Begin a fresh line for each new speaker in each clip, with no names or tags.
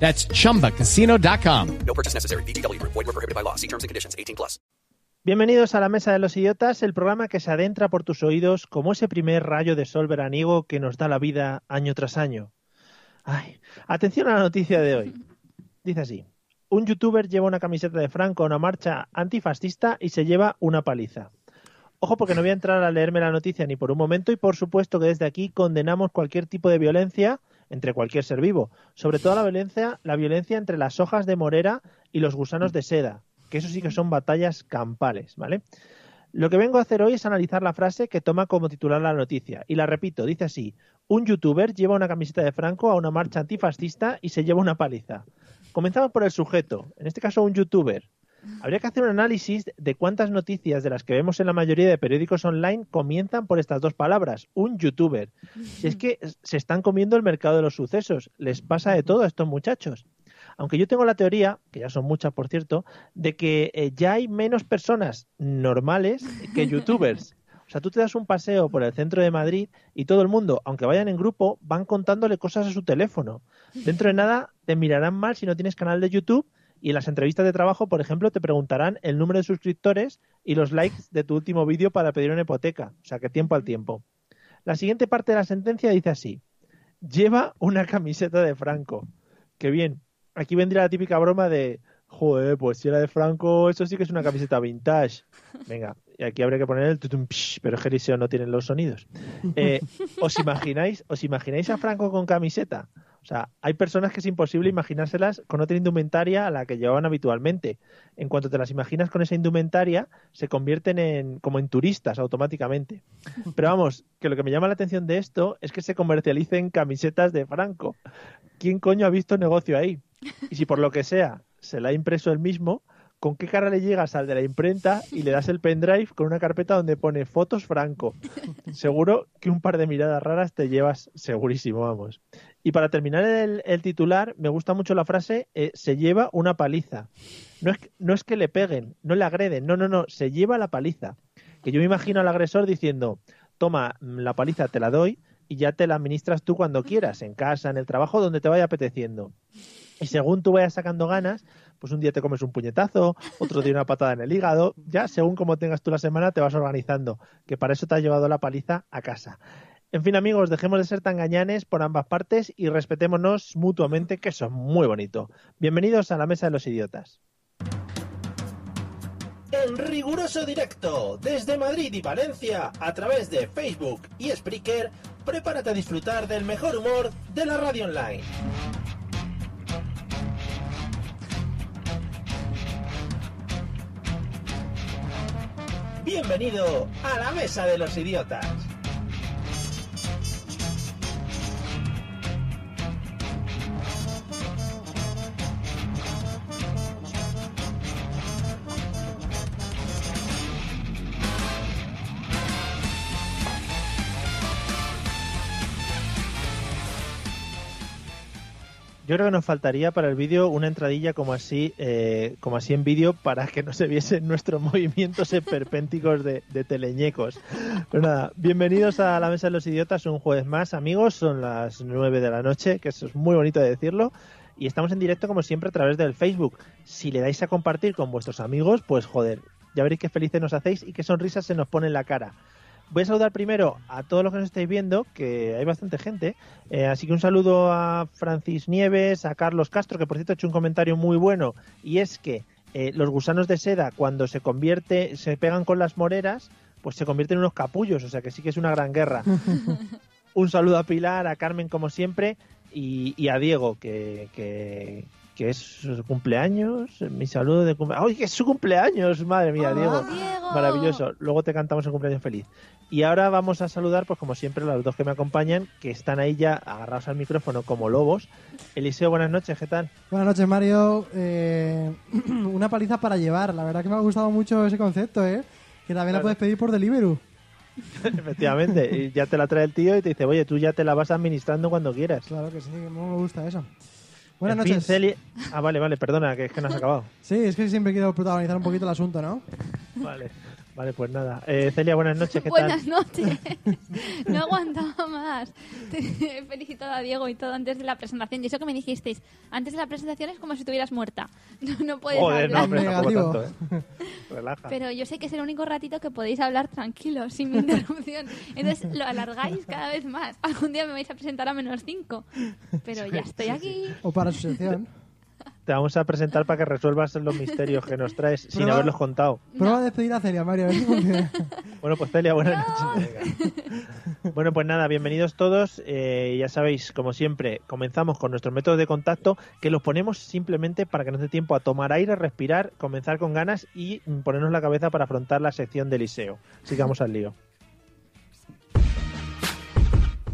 That's chumbacasino.com.
No purchase necessary. VGW Group. Void were prohibited by law. See terms and conditions. 18 plus.
Bienvenidos a la Mesa de los Idiotas, el programa que se adentra por tus oídos como ese primer rayo de sol veraniego que nos da la vida año tras año. Ay, atención a la noticia de hoy. Dice así. Un youtuber lleva una camiseta de Franco a una marcha antifascista y se lleva una paliza. Ojo porque no voy a entrar a leerme la noticia ni por un momento y por supuesto que desde aquí condenamos cualquier tipo de violencia entre cualquier ser vivo, sobre todo la violencia, la violencia entre las hojas de morera y los gusanos de seda, que eso sí que son batallas campales, ¿vale? Lo que vengo a hacer hoy es analizar la frase que toma como titular la noticia, y la repito, dice así, un youtuber lleva una camiseta de Franco a una marcha antifascista y se lleva una paliza. Comenzamos por el sujeto, en este caso un youtuber. Habría que hacer un análisis de cuántas noticias de las que vemos en la mayoría de periódicos online comienzan por estas dos palabras, un youtuber. Si es que se están comiendo el mercado de los sucesos, les pasa de todo a estos muchachos. Aunque yo tengo la teoría, que ya son muchas por cierto, de que eh, ya hay menos personas normales que youtubers. O sea, tú te das un paseo por el centro de Madrid y todo el mundo, aunque vayan en grupo, van contándole cosas a su teléfono. Dentro de nada te mirarán mal si no tienes canal de YouTube y en las entrevistas de trabajo, por ejemplo, te preguntarán el número de suscriptores y los likes de tu último vídeo para pedir una hipoteca. O sea, que tiempo al tiempo. La siguiente parte de la sentencia dice así. Lleva una camiseta de Franco. Qué bien. Aquí vendría la típica broma de, joder, pues si era de Franco, eso sí que es una camiseta vintage. Venga, y aquí habría que poner el tutum psh, pero Geriseo no tiene los sonidos. Eh, ¿Os imagináis, os imagináis a Franco con camiseta? O sea, hay personas que es imposible imaginárselas con otra indumentaria a la que llevaban habitualmente. En cuanto te las imaginas con esa indumentaria, se convierten en como en turistas automáticamente. Pero vamos, que lo que me llama la atención de esto es que se comercialicen camisetas de Franco. ¿Quién coño ha visto negocio ahí? Y si por lo que sea se la ha impreso él mismo, ¿con qué cara le llegas al de la imprenta y le das el pendrive con una carpeta donde pone fotos Franco? Seguro que un par de miradas raras te llevas, segurísimo, vamos. Y para terminar el, el titular, me gusta mucho la frase, eh, se lleva una paliza. No es, no es que le peguen, no le agreden, no, no, no, se lleva la paliza. Que yo me imagino al agresor diciendo, toma, mm, la paliza te la doy y ya te la administras tú cuando quieras, en casa, en el trabajo, donde te vaya apeteciendo. Y según tú vayas sacando ganas, pues un día te comes un puñetazo, otro día una patada en el hígado, ya según como tengas tú la semana te vas organizando, que para eso te ha llevado la paliza a casa. En fin, amigos, dejemos de ser tan gañanes por ambas partes y respetémonos mutuamente, que eso es muy bonito. Bienvenidos a la Mesa de los Idiotas.
En riguroso directo, desde Madrid y Valencia, a través de Facebook y Spreaker, prepárate a disfrutar del mejor humor de la radio online. Bienvenido a la Mesa de los Idiotas.
Yo creo que nos faltaría para el vídeo una entradilla como así, eh, como así en vídeo para que no se viesen nuestros movimientos esperpénticos de, de teleñecos. Pero nada, bienvenidos a la Mesa de los Idiotas un jueves más, amigos. Son las 9 de la noche, que eso es muy bonito de decirlo. Y estamos en directo como siempre a través del Facebook. Si le dais a compartir con vuestros amigos, pues joder, ya veréis qué felices nos hacéis y qué sonrisas se nos pone en la cara. Voy a saludar primero a todos los que nos estáis viendo, que hay bastante gente. Eh, así que un saludo a Francis Nieves, a Carlos Castro, que por cierto ha hecho un comentario muy bueno, y es que eh, los gusanos de seda, cuando se convierte, se pegan con las moreras, pues se convierten en unos capullos, o sea que sí que es una gran guerra. un saludo a Pilar, a Carmen, como siempre, y, y a Diego, que, que, que es su cumpleaños, mi saludo de cumpleaños. ¡Ay, que es su cumpleaños! Madre mía,
¡Oh,
Diego.
Diego!
Maravilloso. Luego te cantamos el cumpleaños feliz. Y ahora vamos a saludar, pues como siempre, a los dos que me acompañan, que están ahí ya agarrados al micrófono como lobos. Eliseo, buenas noches, ¿qué tal?
Buenas noches, Mario. Eh, una paliza para llevar. La verdad que me ha gustado mucho ese concepto, ¿eh? Que también la
Claro.
puedes pedir por Deliveroo.
Efectivamente, y ya te la trae el tío y te dice, oye, tú ya te la vas administrando cuando quieras.
Claro que sí, que no me gusta eso. Buenas
En fin,
noches.
Celi- Ah, vale, vale, perdona, que es que no has acabado.
Sí, es que siempre quiero protagonizar un poquito el asunto, ¿no?
Vale, vale, pues nada. Eh, Celia, buenas noches, ¿qué
Buenas
tal?
noches. No aguantaba más. Te he felicitado a Diego y todo antes de la presentación. Y eso que me dijisteis, antes de la presentación es como si estuvieras muerta. No, no puedes
Joder, no,
hablar.
hombre, tampoco
Negativo.
tanto, ¿eh? Relaja.
Pero yo sé que es el único ratito que podéis hablar tranquilos, sin interrupción. Entonces lo alargáis cada vez más. Algún día me vais a presentar a menos cinco. Pero ya estoy aquí.
O para su sección.
Te vamos a presentar para que resuelvas los misterios que nos traes sin
Prueba.
haberlos contado.
Prueba a despedir a Celia, Mario. a ver si funciona.
Bueno, pues Celia, buenas noches. Venga. Bueno, pues nada, bienvenidos todos. Eh, ya sabéis, como siempre, comenzamos con nuestros métodos de contacto que los ponemos simplemente para que nos dé tiempo a tomar aire, respirar, comenzar con ganas y mm, ponernos la cabeza para afrontar la sección del liceo. Sigamos al lío.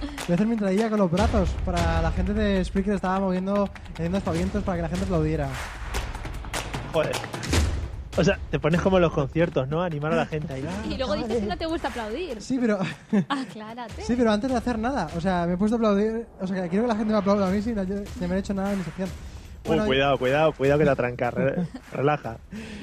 Voy a hacer mi entradilla con los brazos. Para la gente de Spreaker estaba moviendo, haciendo espavientos para que la gente aplaudiera.
Joder. O sea, te pones como en los conciertos, ¿no? Animar a la gente. Ahí, "Ah,
Y luego dices
chavales".
que no te gusta aplaudir.
Sí, pero...
Aclárate.
Sí, pero antes de hacer nada, o sea, me he puesto a aplaudir, o sea, que quiero que la gente me aplauda a mí sin haber hecho nada en mi sección.
Uh,
Bueno,
cuidado, cuidado, cuidado que te atrancas. re- relaja.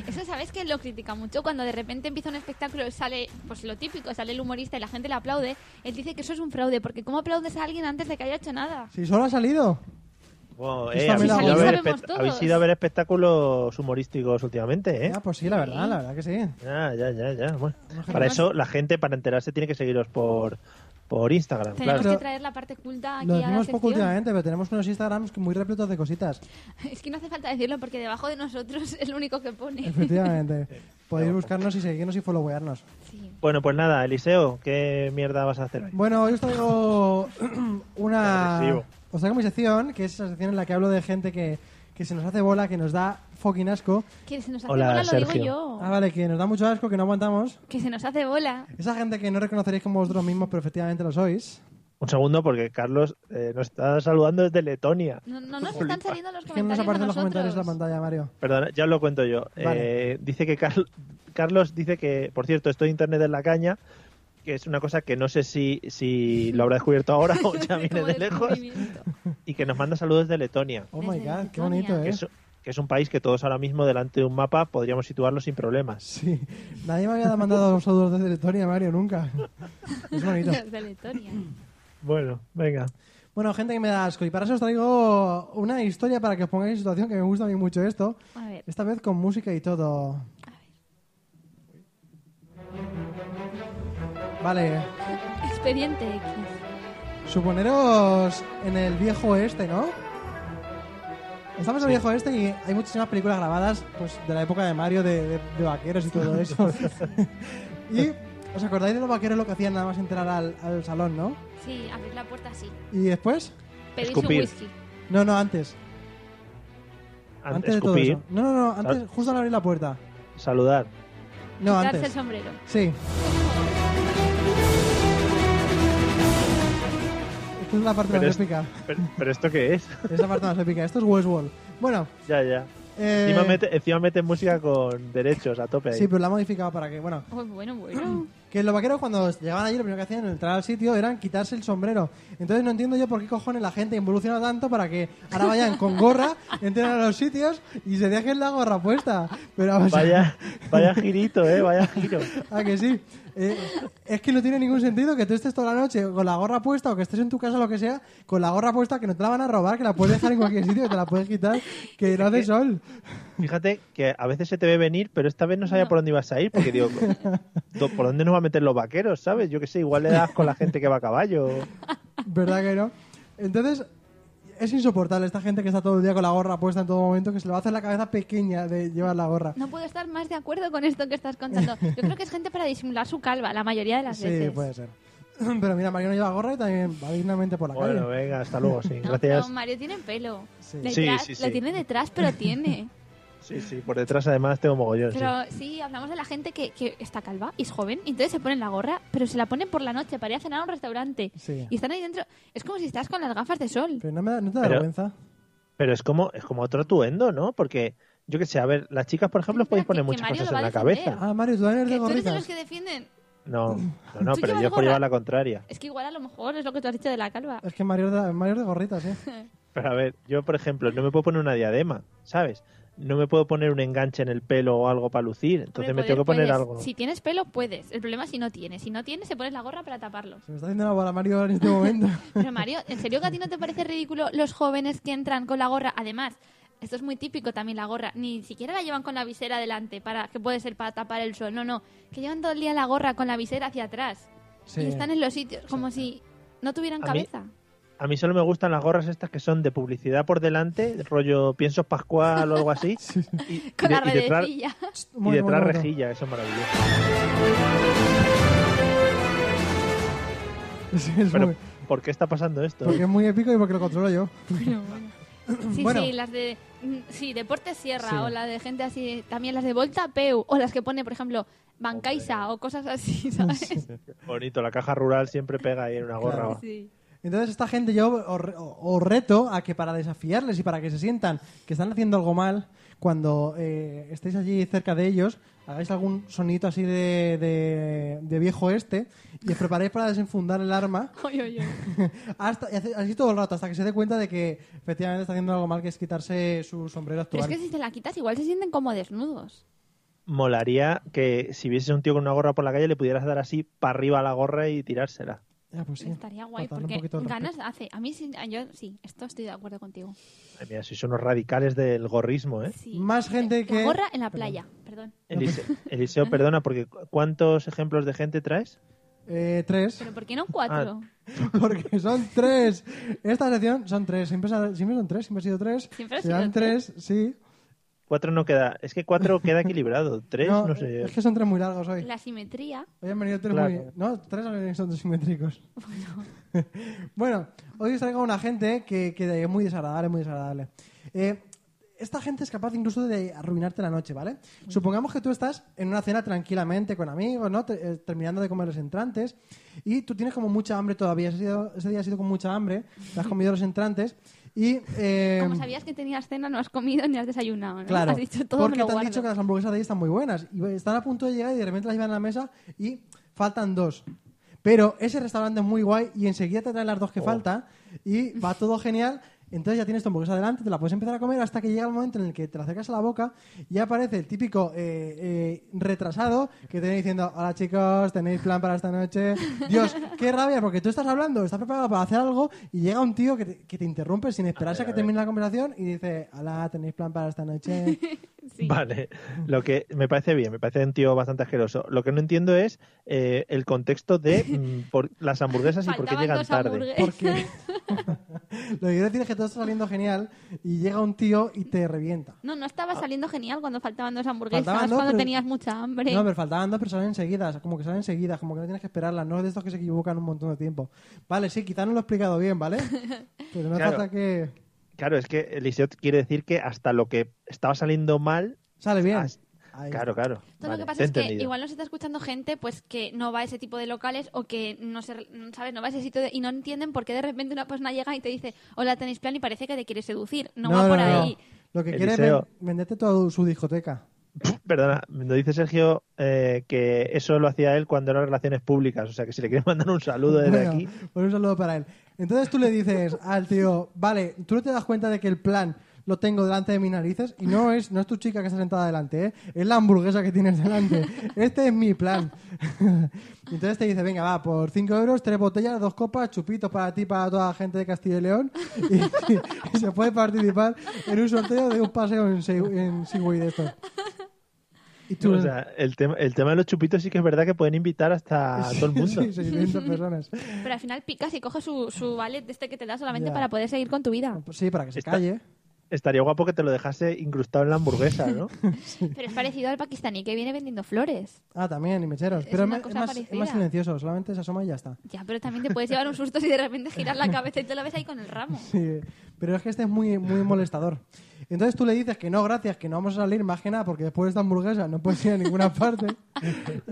Eso sabes que lo critica mucho cuando de repente empieza un espectáculo y sale, pues lo típico, sale el humorista y la gente le aplaude. Él dice que eso es un fraude, porque ¿cómo aplaudes a alguien antes de que haya hecho nada?
si solo ha salido,
Wow,
Pues
eh,
también
habéis,
la
ido a
voz.
ver
Sabemos
espect-
todos.
habéis ido a ver espectáculos humorísticos últimamente, ¿eh?
ya, pues sí, la verdad, la verdad que sí.
Ah, ya, ya, ya. Bueno,
Además-
para eso la gente, para enterarse, tiene que seguiros por, por Instagram,
Tenemos
claro.
que traer la parte culta aquí
Lo
a la
decimos poco
sección.
últimamente, pero tenemos unos Instagrams que muy repletos de cositas,
Es que no hace falta decirlo porque debajo de nosotros es lo único que pone.
efectivamente. Podéis buscarnos y seguirnos y followearnos.
Sí.
Bueno, pues nada, Eliseo, ¿qué mierda vas a hacer hoy?
Bueno, hoy os traigo una...
Agresivo.
Os traigo mi sección, que es esa sección en la que hablo de gente que, que se nos hace bola, que nos da fucking asco.
Que se nos hace
Hola,
bola, lo
Sergio.
digo yo.
Ah, vale, que nos da mucho asco, que no aguantamos.
Que se nos hace bola.
Esa gente que no reconoceréis como vosotros mismos, pero efectivamente lo sois.
Un segundo, porque Carlos eh, nos está saludando desde Letonia.
No, no nos están saliendo los
Es que no nos
comentarios.
aparecen
a
los comentarios de la
nosotros.
pantalla, Mario.
Perdona, ya os lo cuento yo.
Vale.
Eh, dice que Carl- Carlos dice que, por cierto, esto de internet en la caña, que es una cosa que no sé si, si lo habrá descubierto ahora o ya viene
Como
de lejos,
descubrimiento.
y que nos manda saludos de Letonia,
Oh my
Desde
god,
Letonia.
qué bonito,
que
¿eh?
es, que es un país que todos ahora mismo delante de un mapa podríamos situarlo sin problemas.
Sí. Nadie me había mandado saludos desde Letonia, Mario, nunca. Es bonito.
Los de Letonia.
Bueno, venga.
Bueno, gente que me da asco. Y para eso os traigo una historia para que os pongáis en situación, que me gusta a mí mucho esto.
A ver.
Esta vez con música y todo. Vale.
Expediente X.
Suponeros en el viejo oeste, ¿no? Estamos en el viejo oeste y hay muchísimas películas grabadas pues, de la época de Mario, de, de- de vaqueros y todo eso. y os acordáis de los vaqueros lo que hacían nada más entrar al, al salón, ¿no?
Sí, abrir la puerta así.
Y después...
Pedís
Escupir.
un whisky.
No, no, antes.
An-
antes de todo
escupir,
eso. No, no, no, antes, justo al abrir la puerta.
saludar.
No,
quitarse el
antes.
sombrero.
Sí. Esta es la parte
Pero
más
es-
épica.
Pero, pero esto qué es?
Es la parte más épica. Esto es Westworld. Bueno,
ya, ya.
eh,
Encima mete, encima mete música con derechos a tope. ahí.
sí, pero la ha modificado para que, bueno,
Oh, bueno, bueno.
que los vaqueros cuando llegaban allí lo primero que hacían al entrar al sitio eran quitarse el sombrero. Entonces no entiendo yo por qué cojones la gente evoluciona tanto para que ahora vayan con gorra, entren a los sitios y se dejen la gorra puesta. Pero vamos a-
Vaya, vaya girito, eh, vaya giro.
Ah, que sí. Eh, es que no tiene ningún sentido que tú estés toda la noche con la gorra puesta o que estés en tu casa, lo que sea, con la gorra puesta, que no te la van a robar, que la puedes dejar en cualquier sitio, que te la puedes quitar, que no hace sol.
Fíjate que a veces se te ve venir, pero esta vez no sabía por dónde ibas a ir, porque digo, do- ¿por dónde nos va a meter los vaqueros, sabes? Yo qué sé, igual le das con la gente que va a caballo.
¿Verdad que no? Entonces, es insoportable esta gente que está todo el día con la gorra puesta en todo momento, que se le va a hacer la cabeza pequeña de llevar la gorra.
No puedo estar más de acuerdo con esto que estás contando. Yo creo que es gente para disimular su calva, la mayoría de las
sí, pues,
veces.
puede ser. Pero mira, Mario no lleva gorra y también va dignamente por la
Bueno,
calle.
venga, hasta luego, sí,
No,
gracias.
no, Mario tiene pelo.
Sí.
Detrás,
Sí, sí,
Lo
sí.
tiene detrás, pero tiene.
Sí, sí, por detrás además tengo mogollón. sí.
Pero sí, hablamos de la gente que, que está calva y es joven, y entonces se ponen la gorra, pero se la ponen por la noche para ir a cenar a un restaurante.
Sí.
Y están ahí dentro. Es como si estás con las gafas de sol.
Pero no, me da- no te da
Pero-
vergüenza.
Pero es como, es como otro atuendo, ¿no? Porque, yo qué sé, a ver, las chicas, por ejemplo, os
Espera,
podéis poner
que- que
muchas
Mario
cosas en
lo va
la
a defender.
cabeza.
Ah, Mario, tú eres
Que
de
tú eres de los
gorritas.
que defienden.
No, no, no,
¿Tú
pero
llevas
yo os
gorra?
llevar la contraria.
Es que igual a lo mejor es lo que tú has dicho de la calva.
Es que Mario es de, Mario es de gorritas, ¿eh?
Pero a ver, yo, por ejemplo, no me puedo poner una diadema, ¿sabes? No me puedo poner un enganche en el pelo o algo para lucir, entonces
Hombre, pues
me tengo que
poder
poner
puedes.
algo.
Si tienes pelo, puedes. El problema es si no tienes. Si no tienes, se pones la gorra para taparlo.
Se me está haciendo la bola Mario en este momento.
Pero Mario, ¿en serio que a ti no te parece ridículo los jóvenes que entran con la gorra? Además, esto es muy típico también la gorra. Ni siquiera la llevan con la visera delante, para que puede ser para tapar el sol. No, no. Que llevan todo el día la gorra con la visera hacia atrás.
Sí.
Y están en los sitios como si no tuvieran
A mí-
cabeza.
A mí solo me gustan las gorras estas que son de publicidad por delante, rollo piensos pascual o algo así, y, y
Con
de-
la
y detrás, y
redecilla.
Un momento,
detrás
un momento.
rejilla, eso es maravilloso.
Sí, es
Pero,
muy-
¿por qué está pasando esto?
porque es muy épico y porque lo controlo yo.
Sí,
Bueno.
sí, las de. mm, Sí, Deporte Sierra
Sí.
o la de gente así. También las de Volta Peu o las que pone, por ejemplo, Bancaisa o cosas así, ¿sabes?
Bonito, la caja rural siempre pega ahí en una gorra.
Claro.
va.
Sí.
Entonces esta gente yo os re- os reto a que para desafiarles y para que se sientan que están haciendo algo mal, cuando eh, estéis allí cerca de ellos, hagáis algún sonito así de, de- de viejo este y os preparéis para desenfundar el arma
Oy, oy, oy.
hasta, y hace- así todo el rato, hasta que se dé cuenta de que efectivamente está haciendo algo mal, que es quitarse su sombrero
Pero
actual.
es que si te la quitas, igual se sienten como desnudos.
Molaría que si vieses un tío con una gorra por la calle le pudieras dar así para arriba a la gorra y tirársela.
Ya, pues sí.
Estaría guay
Faltarle un
porque
poquito de respeto.
ganas hace. A mí sí, a- yo sí, esto estoy de acuerdo contigo.
Ay, mira, sois unos radicales del gorrismo, ¿eh?
Sí.
Más gente
La
que...
gorra en la playa, perdón.
Elise- Eliseo, perdona, porque cu- ¿cuántos ejemplos de gente traes?
Eh, tres.
Pero ¿por qué no cuatro?
Ah, Porque son tres. Esta sección son tres. Siempre, sa- siempre son tres. Siempre ha sido tres.
Siempre ha sido
Serán tres, sí.
Cuatro no queda, es que cuatro queda equilibrado, tres no, sé.
eh,
Es que son tres muy largos hoy.
La simetría.
Hoy han venido tres
Claro.
muy... No, tres han venido que son dos simétricos. bueno, hoy os traigo una gente que, que es muy desagradable, muy desagradable. Eh, esta gente es capaz incluso de arruinarte la noche, ¿vale? Supongamos que tú estás en una cena tranquilamente con amigos, ¿no? Te- eh, terminando de comer los entrantes y tú tienes como mucha hambre todavía. Ese día, ese día has ido con mucha hambre, te has comido los entrantes y... eh,
Como sabías que tenías cena, no has comido ni has desayunado. ¿no?
Claro,
Has dicho todo
porque
me lo
te han
guardo.
dicho que las hamburguesas de ahí están muy buenas y están a punto de llegar y de repente las llevan a la mesa y faltan dos. Pero ese restaurante es muy guay y enseguida te traen las dos que faltan y va todo genial. Entonces ya tienes tu hamburguesa delante, te la puedes empezar a comer hasta que llega el momento en el que te la acercas a la boca y aparece el típico eh, eh, retrasado que te viene diciendo, hola chicos, tenéis plan para esta noche. Dios, qué rabia, porque tú estás hablando, estás preparado para hacer algo y llega un tío que te, que te interrumpe sin esperarse a que termine la conversación y dice, hola, tenéis plan para esta noche.
Sí.
Vale, lo que me parece bien, me parece un tío bastante asqueroso. Lo que no entiendo es eh, el contexto de mm, por, las hamburguesas y por qué
Faltaban
llegan
dos
tarde.
hamburguesas.
Porque lo que quiero decir es que todo está saliendo genial y llega un tío y te revienta.
No, no estaba saliendo genial cuando faltaban dos hamburguesas,
Ah. Faltaban dos,
cuando
pero-
tenías mucha hambre.
No, pero faltaban dos, pero salen enseguida, como que salen enseguida, como que no tienes que esperarlas, no es de estos que se equivocan un montón de tiempo. Vale, sí, quizás no lo he explicado bien, ¿vale? Pero no
Claro.
falta que...
Claro, es que Eliseo quiere decir que hasta lo que estaba saliendo mal,
Sale bien.
As-
Ahí está.
Ah, claro, claro.
Todo
Vale,
lo que
te
pasa
he
es que
entendido.
igual nos está escuchando gente pues que no va a ese tipo de locales o que no se, sabes no va a ese sitio de- y no entienden por qué de repente una persona llega y te dice hola tenéis plan y parece que te quiere seducir no, va por ahí
Lo que quiere es
Eliseo.
ven- venderte toda su discoteca.
Perdona, nos dice Sergio eh, que eso lo hacía él cuando eran relaciones públicas. O sea, que si le quieres mandar un saludo desde
Bueno,
aquí.
pues un saludo para él. Entonces tú le dices al tío, vale, tú no te das cuenta de que el plan lo tengo delante de mis narices y no es, no es tu chica que está sentada delante, ¿eh? es la hamburguesa que tienes delante. Este es mi plan. Entonces te dice, venga, va, por 5 euros, tres botellas, dos copas, chupitos para ti, para toda la gente de Castilla y León. Y, y- y se puede participar en un sorteo de un paseo en, Sei- en Segway de estos. Y tú,
O sea, el, tema, el tema de los chupitos sí que es verdad que pueden invitar hasta a todo el mundo.
Sí, 600 personas.
Pero al final picas y coges su, su ballet de este que te da solamente
Ya.
para poder seguir con tu vida.
Sí, para que se
Está-
calle.
Estaría guapo que te lo dejase incrustado en la hamburguesa, ¿no?
Pero es parecido al pakistaní que viene vendiendo flores.
Ah, también, y mecheros.
Es
Pero
una
es,
cosa
más, es
parecida.
más silencioso, solamente se asoma y ya está.
Ya, pero también te puedes llevar un susto si de repente giras la cabeza y te la ves ahí con el ramo.
Sí, pero es que este es muy, muy molestador. Entonces tú le dices que no, gracias, que no vamos a salir más que nada, porque después de esta hamburguesa no puedes ir a ninguna parte. Y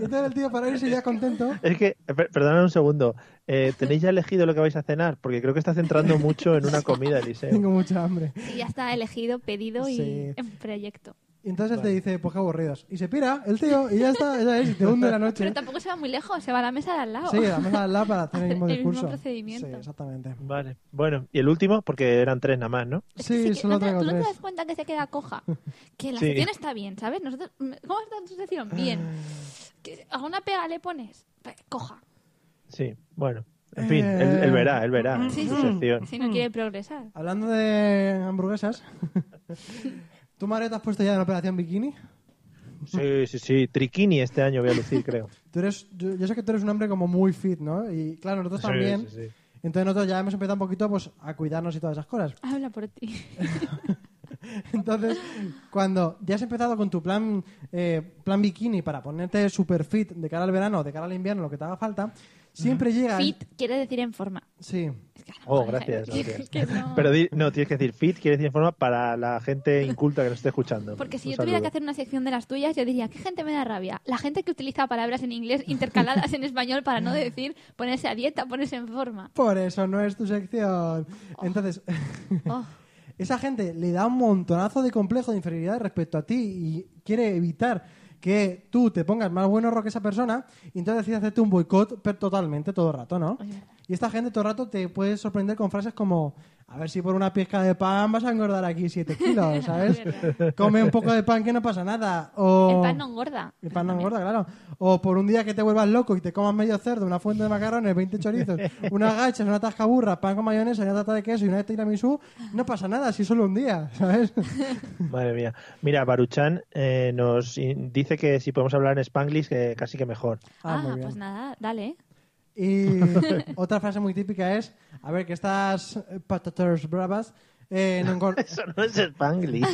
entonces el tío para irse ya contento.
Es que, eh, per- perdonad un segundo, eh, ¿tenéis ya elegido lo que vais a cenar? Porque creo que estás entrando mucho en una comida,
Tengo
Eliseo.
mucha hambre.
Y ya está elegido, pedido y
Sí.
en proyecto.
Y entonces te dice, pues qué aburridos. Y se pira el tío y ya está, ya es, y te hunde la noche.
Pero tampoco se va muy lejos, se va a la mesa de al lado.
Sí, la mesa al lado para hacer el mismo
El mismo
discurso.
procedimiento.
Sí, exactamente.
Vale, bueno, y el último, porque eran tres nada más, ¿no?
Es que
Sí,
se que-
solo
no te-
traigo
Tú no te
tres.
das cuenta que se queda coja. Que la
Sí.
sección está bien, ¿sabes? Nosotros, ¿Cómo está tu sección? Bien. Que a una pega le pones. pe- Coja.
Sí, bueno, en fin, él,
Eh,
él verá, él
mm,
verá.
Sí,
su
sí.
sección.
Si no quiere progresar.
Hablando de hamburguesas, ¿tú, Mario, te has puesto ya en operación bikini?
Sí, sí, sí, triquini este año voy a lucir, creo.
Tú eres, yo, yo sé que tú eres un hombre como muy fit, ¿no? Y claro, nosotros
Sí,
también.
sí, sí.
Entonces nosotros ya hemos empezado un poquito pues, a cuidarnos y todas esas cosas.
Habla por ti.
Entonces, cuando ya has empezado con tu plan, eh, plan bikini para ponerte super fit de cara al verano, de cara al invierno, lo que te haga falta, siempre llega...
Fit quiere decir en forma.
Sí.
Es que a lo
Oh,
mejor-
gracias, gracias.
que no.
Pero di- no, tienes que decir fit, quieres decir en forma para la gente inculta que nos esté escuchando.
Porque si
Un
yo tuviera que
saludo.
hacer una sección de las tuyas, yo diría, ¿qué gente me da rabia? La gente que utiliza palabras en inglés intercaladas en español para no decir ponerse a dieta, ponerse en forma.
Por eso no es tu sección. Entonces,
Oh.
esa gente le da un montonazo de complejo de inferioridad respecto a ti y quiere evitar que tú te pongas más buen horror que esa persona y entonces decide hacerte un boicot pero totalmente todo el rato, ¿no? Y esta gente todo el rato te puede sorprender con frases como a ver si por una pizca de pan vas a engordar aquí 7 kilos, ¿sabes?
Es verdad.
Come un poco de pan que no pasa nada. O...
El pan no engorda.
El Oh. pan no engorda, claro. O por un día que te vuelvas loco y te comas medio cerdo, una fuente de macarrones, 20 chorizos, unas gachas, una tasca burra, pan con mayonesa, una tarta de queso y una de tiramisú, no pasa nada, si es solo un día, ¿sabes?
Madre mía. Mira, Baruchan eh, nos in- dice que si podemos hablar en Spanglish, que casi que mejor.
Ah,
Ah,
muy bien.
pues nada, dale.
Y otra frase muy típica es, a ver, que estas eh, patatas bravas eh, no engordan...
Eso no es Spanglish.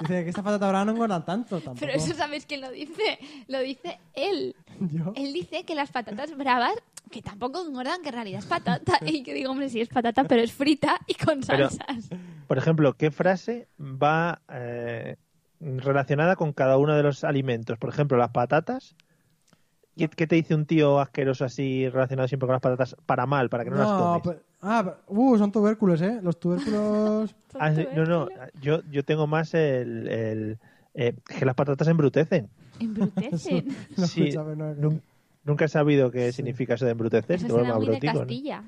Dice que estas patatas bravas no engordan tanto tampoco.
Pero eso sabéis quién lo dice. Lo dice él.
Yo.
Él dice que las patatas bravas, que tampoco engordan, que en realidad es patata. Y que digo, hombre, sí es patata, pero es frita y con
Pero-
salsas.
Por ejemplo, ¿qué frase va eh, relacionada con cada uno de los alimentos? Por ejemplo, las patatas. ¿Qué, qué te dice un tío asqueroso así relacionado siempre con las patatas para mal, para que no, las
No,
comes?
pero- ah, pero- uh, son tubérculos, ¿eh? Los tubérculos...
Ah,
¿eh?
sí, no, no,
Tubérculo.
yo, yo tengo más el... el, eh, que las patatas embrutecen.
Embrutecen.
No,
Sí,
escúchame, no, no.
nun- Nunca he sabido qué significa eso de embrutecer.
Eso
te vuelve
suena muy de
abrotico, ¿no?
Castilla.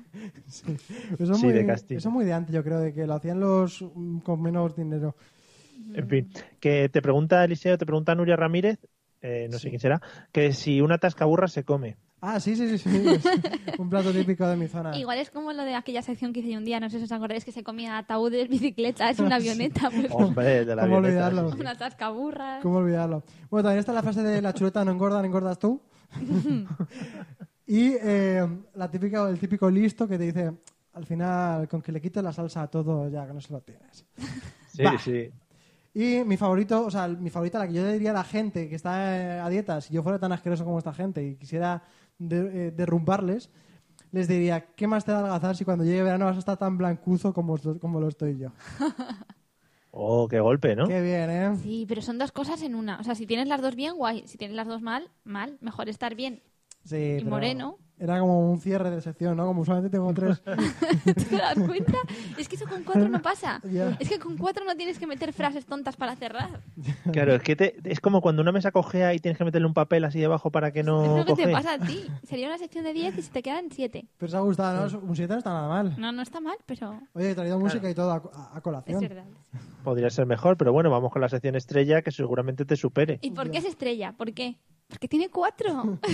Eso es
Sí,
muy,
de Castilla.
Eso es muy de antes, yo creo, de que lo hacían los mm, con menos dinero.
En fin, que te pregunta Eliseo, te pregunta Nuria Ramírez, eh, no sé quién será, que si una tascaburra se come.
Ah, sí, sí, sí. sí. es un plato típico de mi
Ah.
zona.
Igual es como lo de aquella sección que hice yo un día, no sé si os acordáis, que se comía ataúdes, bicicletas,
Ah,
una avioneta, pues,
Hombre, de la
¿Cómo
avioneta,
olvidarlo?
sí, sí.
una tascaburra.
¿Cómo olvidarlo? Bueno, también está la frase de la chuleta no engorda, no engordas tú. y eh, la típica, el típico listo que te dice, al final, con que le quites la salsa a todo, ya que no se lo tienes.
Sí,
Bah.
sí.
Y mi favorito, o sea, mi favorita, la que yo le diría a la gente que está eh, a dieta, si yo fuera tan asqueroso como esta gente y quisiera de- eh, derrumbarles, les diría, ¿qué más te da adelgazar si cuando llegue verano vas a estar tan blancuzo como, os- como lo estoy yo?
Oh, qué golpe, ¿no?
Qué bien, ¿eh?
Sí, pero son dos cosas en una. O sea, si tienes las dos bien, guay. Si tienes las dos mal, mal. Mejor estar bien
Sí,
Y
pero
moreno.
Era como un cierre de sección, ¿no? Como usualmente tengo tres.
¿Te das cuenta? Es que eso con cuatro no pasa.
Ya.
Es que con cuatro no tienes que meter frases tontas para cerrar.
Claro, es que te- es como cuando una mesa cojea y tienes que meterle un papel así debajo para que
es
no
lo que
coje.
te pasa a ti. Sería una sección de 10 y se te quedan 7.
Pero os ha gustado, ¿no? Un 7 no está nada mal.
No, no está mal, pero
Oye, he traído música y todo a, a- a
es
colación.
verdad.
Podría ser mejor, pero bueno, vamos con la sección estrella que seguramente te supere.
¿Y por qué es estrella? ¿Por qué? Porque tiene cuatro.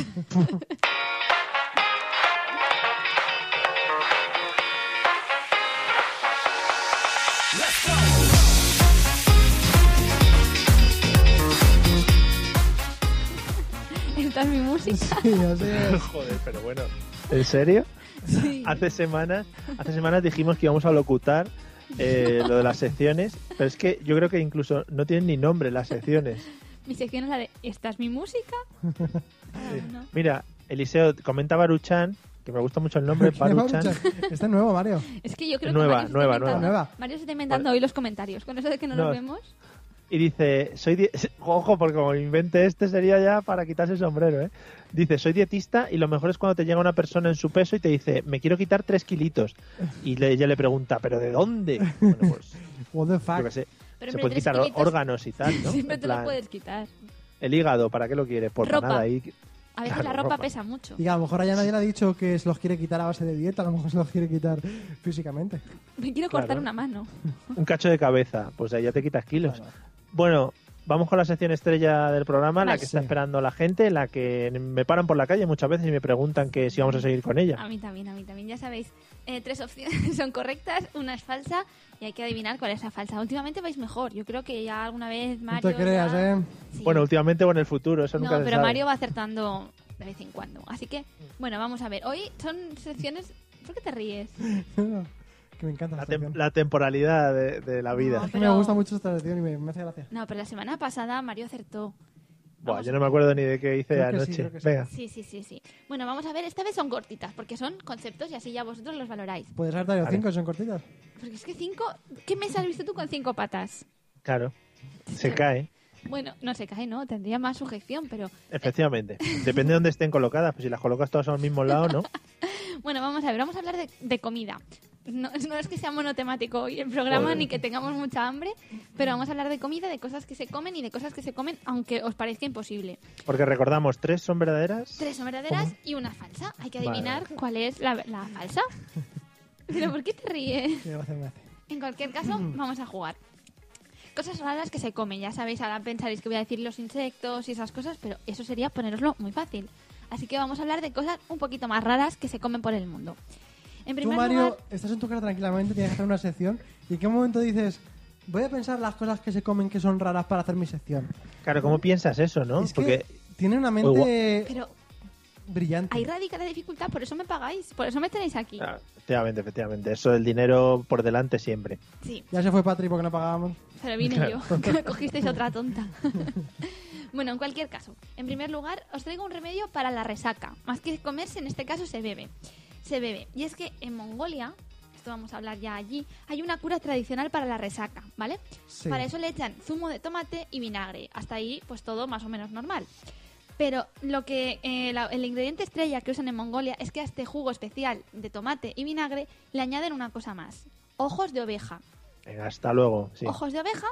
Esta es mi música.
Sí, yo sé.
Joder, pero bueno. ¿En serio?
Sí.
Hace semanas, hace semanas dijimos que íbamos a locutar eh, lo de las secciones, pero es que yo creo que incluso no tienen ni nombre las secciones.
Mi sección es la de ¿Esta es mi música? Ah, No.
Mira, Eliseo, comenta Baruchan, que me gusta mucho el nombre,
¿Quién es
Baruchan.
Baruchan? Este es nuevo, Mario.
Es que yo creo
Nueva,
que Mario se
nueva,
está inventando-
nueva.
Mario se está inventando hoy los comentarios. Con eso de que no,
No.
los vemos.
Y dice, soy die- ojo, porque como invente este sería ya para quitarse el sombrero, ¿eh? Dice, soy dietista y lo mejor es cuando te llega una persona en su peso y te dice, me quiero quitar tres kilitos. Y le- ella le pregunta, ¿pero de dónde? Bueno, pues,
What the
yo qué
fuck.
sé.
Pero
se
hombre,
pueden
tres
quitar
kilitos
órganos y tal, ¿no?
Siempre
En
te
plan,
los puedes quitar.
El hígado, ¿para qué lo quieres? Por
Ropa.
nada. Y...
A veces
Claro,
la ropa
ropa.
pesa mucho.
Y que a lo mejor allá nadie le ha dicho que se los quiere quitar a base de dieta, a lo mejor se los quiere quitar físicamente.
Me quiero
Claro.
cortar una mano.
Un cacho de cabeza, pues ahí ya te quitas kilos. Bueno, vamos con la sección estrella del programa, la
Vale.
que está
Sí.
esperando la gente, la que me paran por la calle muchas veces y me preguntan que si vamos a seguir con
A
ella.
mí también, a mí también. Ya sabéis, eh, tres opciones son correctas, una es falsa y hay que adivinar cuál es la falsa. Últimamente vais mejor. Yo creo que ya alguna vez
No
Mario...
te creas,
ya-
¿eh?
Sí.
Bueno, últimamente o en el futuro, eso
No,
nunca se
pero
sabe.
Mario va acertando de vez en cuando. Así que, bueno, vamos a ver. Hoy son secciones... ¿Por qué te ríes?
que me encanta
La,
la
tem-
sección.
la temporalidad de, de la vida.
No,
Es que me
pero-
gusta mucho esta sección y me, me hace gracia.
No, pero la semana pasada Mario acertó.
Buah, yo no me acuerdo ni de qué hice
Creo que sí,
anoche.
creo que sí.
Venga,
Sí, sí, sí, sí. Bueno, vamos a ver. Esta vez son cortitas porque son conceptos y así ya vosotros los valoráis.
¿Puedes haber traído
Vale.
cinco? ¿Son cortitas?
Porque es que cinco... ¿Qué mesa has visto tú con cinco patas?
claro. Se cae,
Bueno, no se cae, ¿no? Tendría más sujeción, pero...
efectivamente. Depende de dónde estén colocadas, pues si las colocas todas al mismo lado, ¿no?
Bueno, vamos a ver, vamos a hablar de, de comida. No, no es que sea monotemático hoy el programa
Joder.
ni que tengamos mucha hambre, pero vamos a hablar de comida, de cosas que se comen y de cosas que se comen aunque os parezca imposible.
Porque recordamos, tres son verdaderas.
Tres son verdaderas y una falsa. Hay que
Vale.
adivinar cuál es la, la falsa. Pero ¿por qué te ríes?
Me hace, me hace.
En cualquier caso, vamos a jugar. Cosas raras que se comen, ya sabéis, ahora pensaréis que voy a decir los insectos y esas cosas, pero eso sería poneroslo muy fácil. Así que vamos a hablar de cosas un poquito más raras que se comen por el mundo. En
Tú,
primer
Mario,
lugar,
estás en tu casa tranquilamente, tienes que hacer una sección. ¿Y en qué momento dices, voy a pensar las cosas que se comen que son raras para hacer mi sección?
Claro, ¿cómo piensas eso, no?
Es que
Porque
tiene una
Uy,
mente
pero
brillante.
Ahí radica la dificultad, por eso me pagáis, por eso me tenéis aquí.
Ah, efectivamente, efectivamente. Eso del dinero por delante siempre.
Sí,
Ya se fue Patri porque no pagábamos.
pero vine yo, que me cogisteis otra tonta. bueno, en cualquier caso, en primer lugar, os traigo un remedio para la resaca. Más que comerse, en este caso se bebe. Se bebe. Y es que en Mongolia, esto vamos a hablar ya allí, hay una cura tradicional para la resaca, ¿vale?
Sí.
Para eso le echan zumo de tomate y vinagre. Hasta ahí, pues todo más o menos normal. Pero lo que eh, la- el ingrediente estrella que usan en Mongolia es que a este jugo especial de tomate y vinagre le añaden una cosa más: ojos de oveja.
Venga, hasta luego. Sí.
Ojos de oveja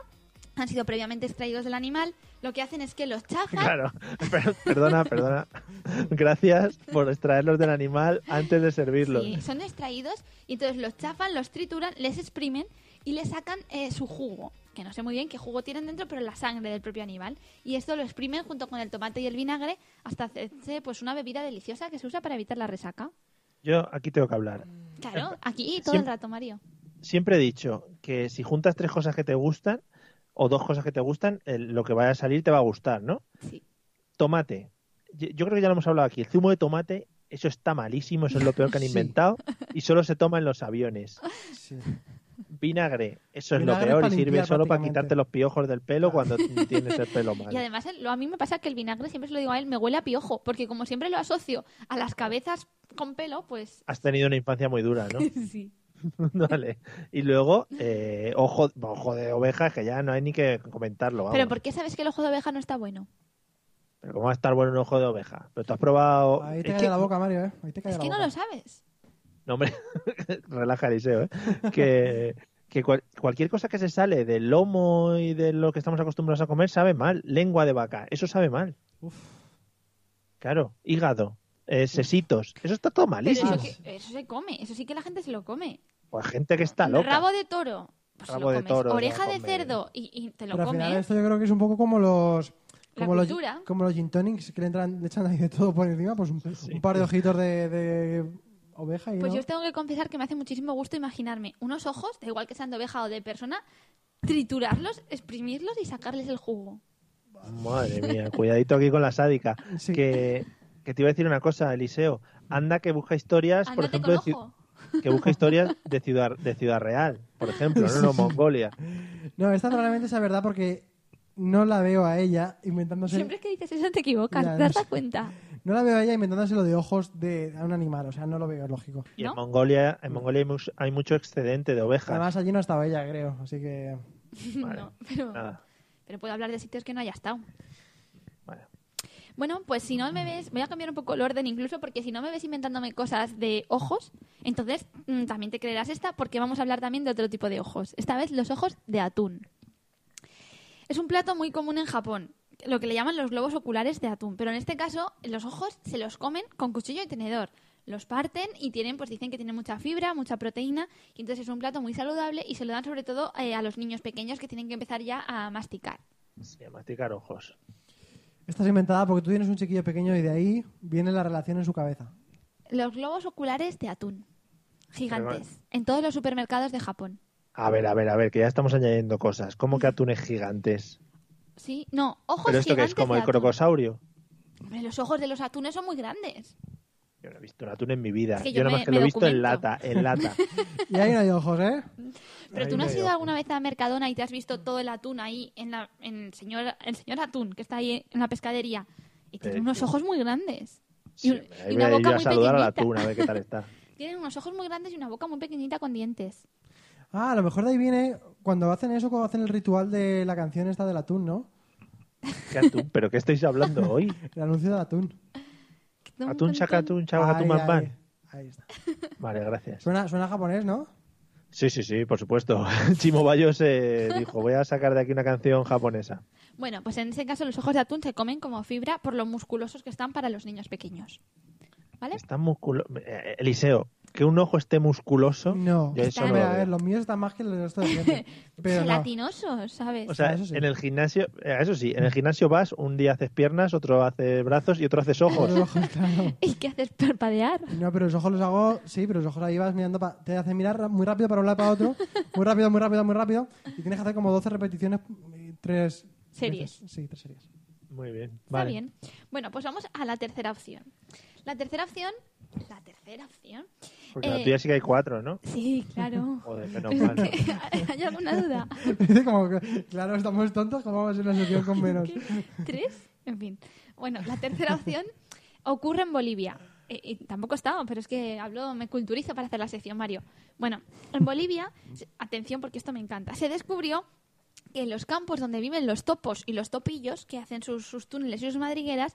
han sido previamente extraídos del animal. Lo que hacen es que los chafan.
Claro, Per- perdona, perdona. Gracias por extraerlos del animal antes de servirlos.
Sí, son extraídos y entonces los chafan, los trituran, les exprimen y le sacan eh, su jugo. Que no sé muy bien qué jugo tienen dentro, pero la sangre del propio animal. Y esto lo exprimen junto con el tomate y el vinagre hasta hacerse pues una bebida deliciosa que se usa para evitar la resaca.
Yo aquí tengo que hablar.
Claro, aquí todo el
Siempre-
rato, Mario.
Siempre he dicho que si juntas tres cosas que te gustan o dos cosas que te gustan, el- lo que vaya a salir te va a gustar, ¿no?
Sí.
Tomate. Yo yo creo que ya lo hemos hablado aquí. El zumo de tomate, eso está malísimo, eso es lo peor que han
Sí.
inventado y solo se toma en los aviones.
Sí.
Vinagre, eso es
Vinagre
lo
para
peor y sirve
limpiar Ah.
solo para
prácticamente.
quitarte los piojos del pelo cuando tienes el pelo mal.
Y además, el- lo, a mí me pasa que el vinagre, siempre se lo digo a él, me huele a piojo. Porque como siempre lo asocio a las cabezas con pelo, pues.
Has tenido una infancia muy dura, ¿no?
Sí.
Vale. Y luego, eh, ojo, ojo de oveja, que ya no hay ni que comentarlo. vamos.
Pero ¿por qué sabes que el ojo de oveja no está bueno?
Pero ¿cómo va a estar bueno un ojo de oveja? Pero tú has probado...
Ahí
Oh,
te
Es
cae
que-
la boca, Mario, ¿eh? Ahí te cae
Es
la
que no
boca.
lo sabes.
No, hombre, relaja Eliseo, ¿eh? Que, que cual- cualquier cosa que se sale del lomo y de lo que estamos acostumbrados a comer sabe mal. Lengua de vaca, eso sabe mal. Claro, hígado, eh, sesitos, eso está todo
Pero eso,
malísimo.
que- eso se come, eso sí que la gente se lo come.
Pues gente que está loca.
Rabo de toro, pues
Rabo de
lo comes.
toro,
Oreja
lo
de
comes.
cerdo, y, y te lo
Pero al
comes.
final esto yo creo que es un poco como los...
La
Como los,
cultura.
como los gin tonics que le, entran, le echan ahí de todo por encima, pues un, un par de ojitos de, de oveja y
Pues
¿no?
yo os tengo que confesar que me hace muchísimo gusto imaginarme unos ojos, da igual que sean de oveja o de persona, triturarlos, exprimirlos y sacarles el jugo.
Madre mía, cuidadito aquí con la sádica.
Sí.
Que, que te iba a decir una cosa, Eliseo. Anda que busca historias, Pues, por
Ándate
ejemplo,
con
de, ci-
ojo.
que busca historias de Ciudad, de Ciudad Real, por ejemplo, no, no Mongolia.
No, esta probablemente sea verdad porque no la veo a ella inventándose...
Siempre que dices eso te equivocas,
Ya,
¿te
no
das
sé.
cuenta?
No la veo a ella inventándose lo de ojos de a un animal, o sea, no lo veo, es lógico.
Y
¿No?
en Mongolia, en Mongolia hay, mus- hay mucho excedente de ovejas.
Además, allí no estaba ella, creo, así que...
Vale, pues
No, pero,
nada.
pero puedo hablar de sitios que no haya estado.
Vale.
Bueno, pues si no me ves, voy a cambiar un poco el orden incluso, porque si no me ves inventándome cosas de ojos, entonces mm, también te creerás esta, porque vamos a hablar también de otro tipo de ojos. Esta vez los ojos de atún. Es un plato muy común en Japón, lo que le llaman los globos oculares de atún, pero en este caso los ojos se los comen con cuchillo y tenedor. Los parten y tienen, pues dicen que tienen mucha fibra, mucha proteína, y entonces es un plato muy saludable y se lo dan sobre todo eh, a los niños pequeños que tienen que empezar ya a masticar.
Sí, a masticar Pues ojos.
Esta es inventada porque tú tienes un chiquillo pequeño y de ahí viene la relación en su cabeza.
Los globos oculares de atún. Gigantes. En todos los supermercados de Japón.
A ver, a ver, a ver, que ya estamos añadiendo cosas. ¿Cómo que atunes gigantes?
¿Sí? No, ojos
¿Pero esto que
gigantes.
es como
de
el
atún.
crocosaurio?
Hombre, los ojos de los atunes son muy grandes.
Yo no he visto un atún en mi vida.
Es que
yo
yo
nada
me-
más que
me
lo he visto en
documento.
lata, en lata.
Y ahí no hay ojos, ¿eh?
Pero
Ahí
tú
me
no has ido
veo.
alguna vez a Mercadona y te has visto todo el atún ahí, en la, en el, señor, el señor atún que está ahí en la pescadería. Y tiene
Eh,
unos ojos muy grandes.
Sí,
Y un-
hombre, ahí
y
voy
una
a ir
boca
a
muy
saludar al
pequeñita.
atún eh. a ver qué tal está.
Tienen unos ojos muy grandes y una boca muy pequeñita con dientes.
Ah, a lo mejor de ahí viene cuando hacen eso, cuando hacen el ritual de la canción esta del atún, ¿no?
¿Qué atún? ¿Pero qué estáis hablando hoy?
El anuncio del atún.
Atún, chaca, atún, chaca,
Ahí,
atún, man,
ahí,
man.
ahí está.
Vale, gracias.
Suena, suena japonés, ¿no?
Sí, sí, sí, por supuesto. Chimo Bayo se dijo, voy a sacar de aquí una canción japonesa.
Bueno, pues en ese caso los ojos de atún se comen como fibra por lo musculosos que están para los niños pequeños. ¿Vale?
Está musculoso. Eliseo, que un ojo esté musculoso.
No.
yo eso
Están-
no
Hombre,
lo
a ver,
veo.
los míos están más que los de esto de gente. Pero no.
Gelatinosos, ¿sabes?
O sea,
eso sí.
en el gimnasio, eh, eso sí, en el gimnasio vas, un día haces piernas, otro haces brazos y otro haces ojos.
Los ojos, claro.
¿Y qué haces? Parpadear.
No, pero los ojos los hago, sí, pero los ojos ahí vas mirando, pa- te hacen mirar ra- muy rápido para un lado y para otro, muy rápido, muy rápido, muy rápido, y tienes que hacer como 12 repeticiones, y tres
Series.
veces. Sí, tres series.
Muy bien.
Está
Vale.
bien. Bueno, pues vamos a la tercera opción. La tercera opción. La tercera opción.
Porque
Eh,
la tuya sí que hay cuatro, ¿no?
Sí, claro.
Joder, menos mal.
¿Hay alguna duda?
Dice como que, claro, estamos tontos, ¿cómo vamos a hacer una sección con menos?
¿Qué? ¿Tres? En fin. Bueno, la tercera opción ocurre en Bolivia. Eh, y tampoco estaba, pero es que hablo, me culturizo para hacer la sección, Mario. Bueno, en Bolivia, se- atención porque esto me encanta, se descubrió que en los campos donde viven los topos y los topillos, que hacen sus, sus túneles y sus madrigueras,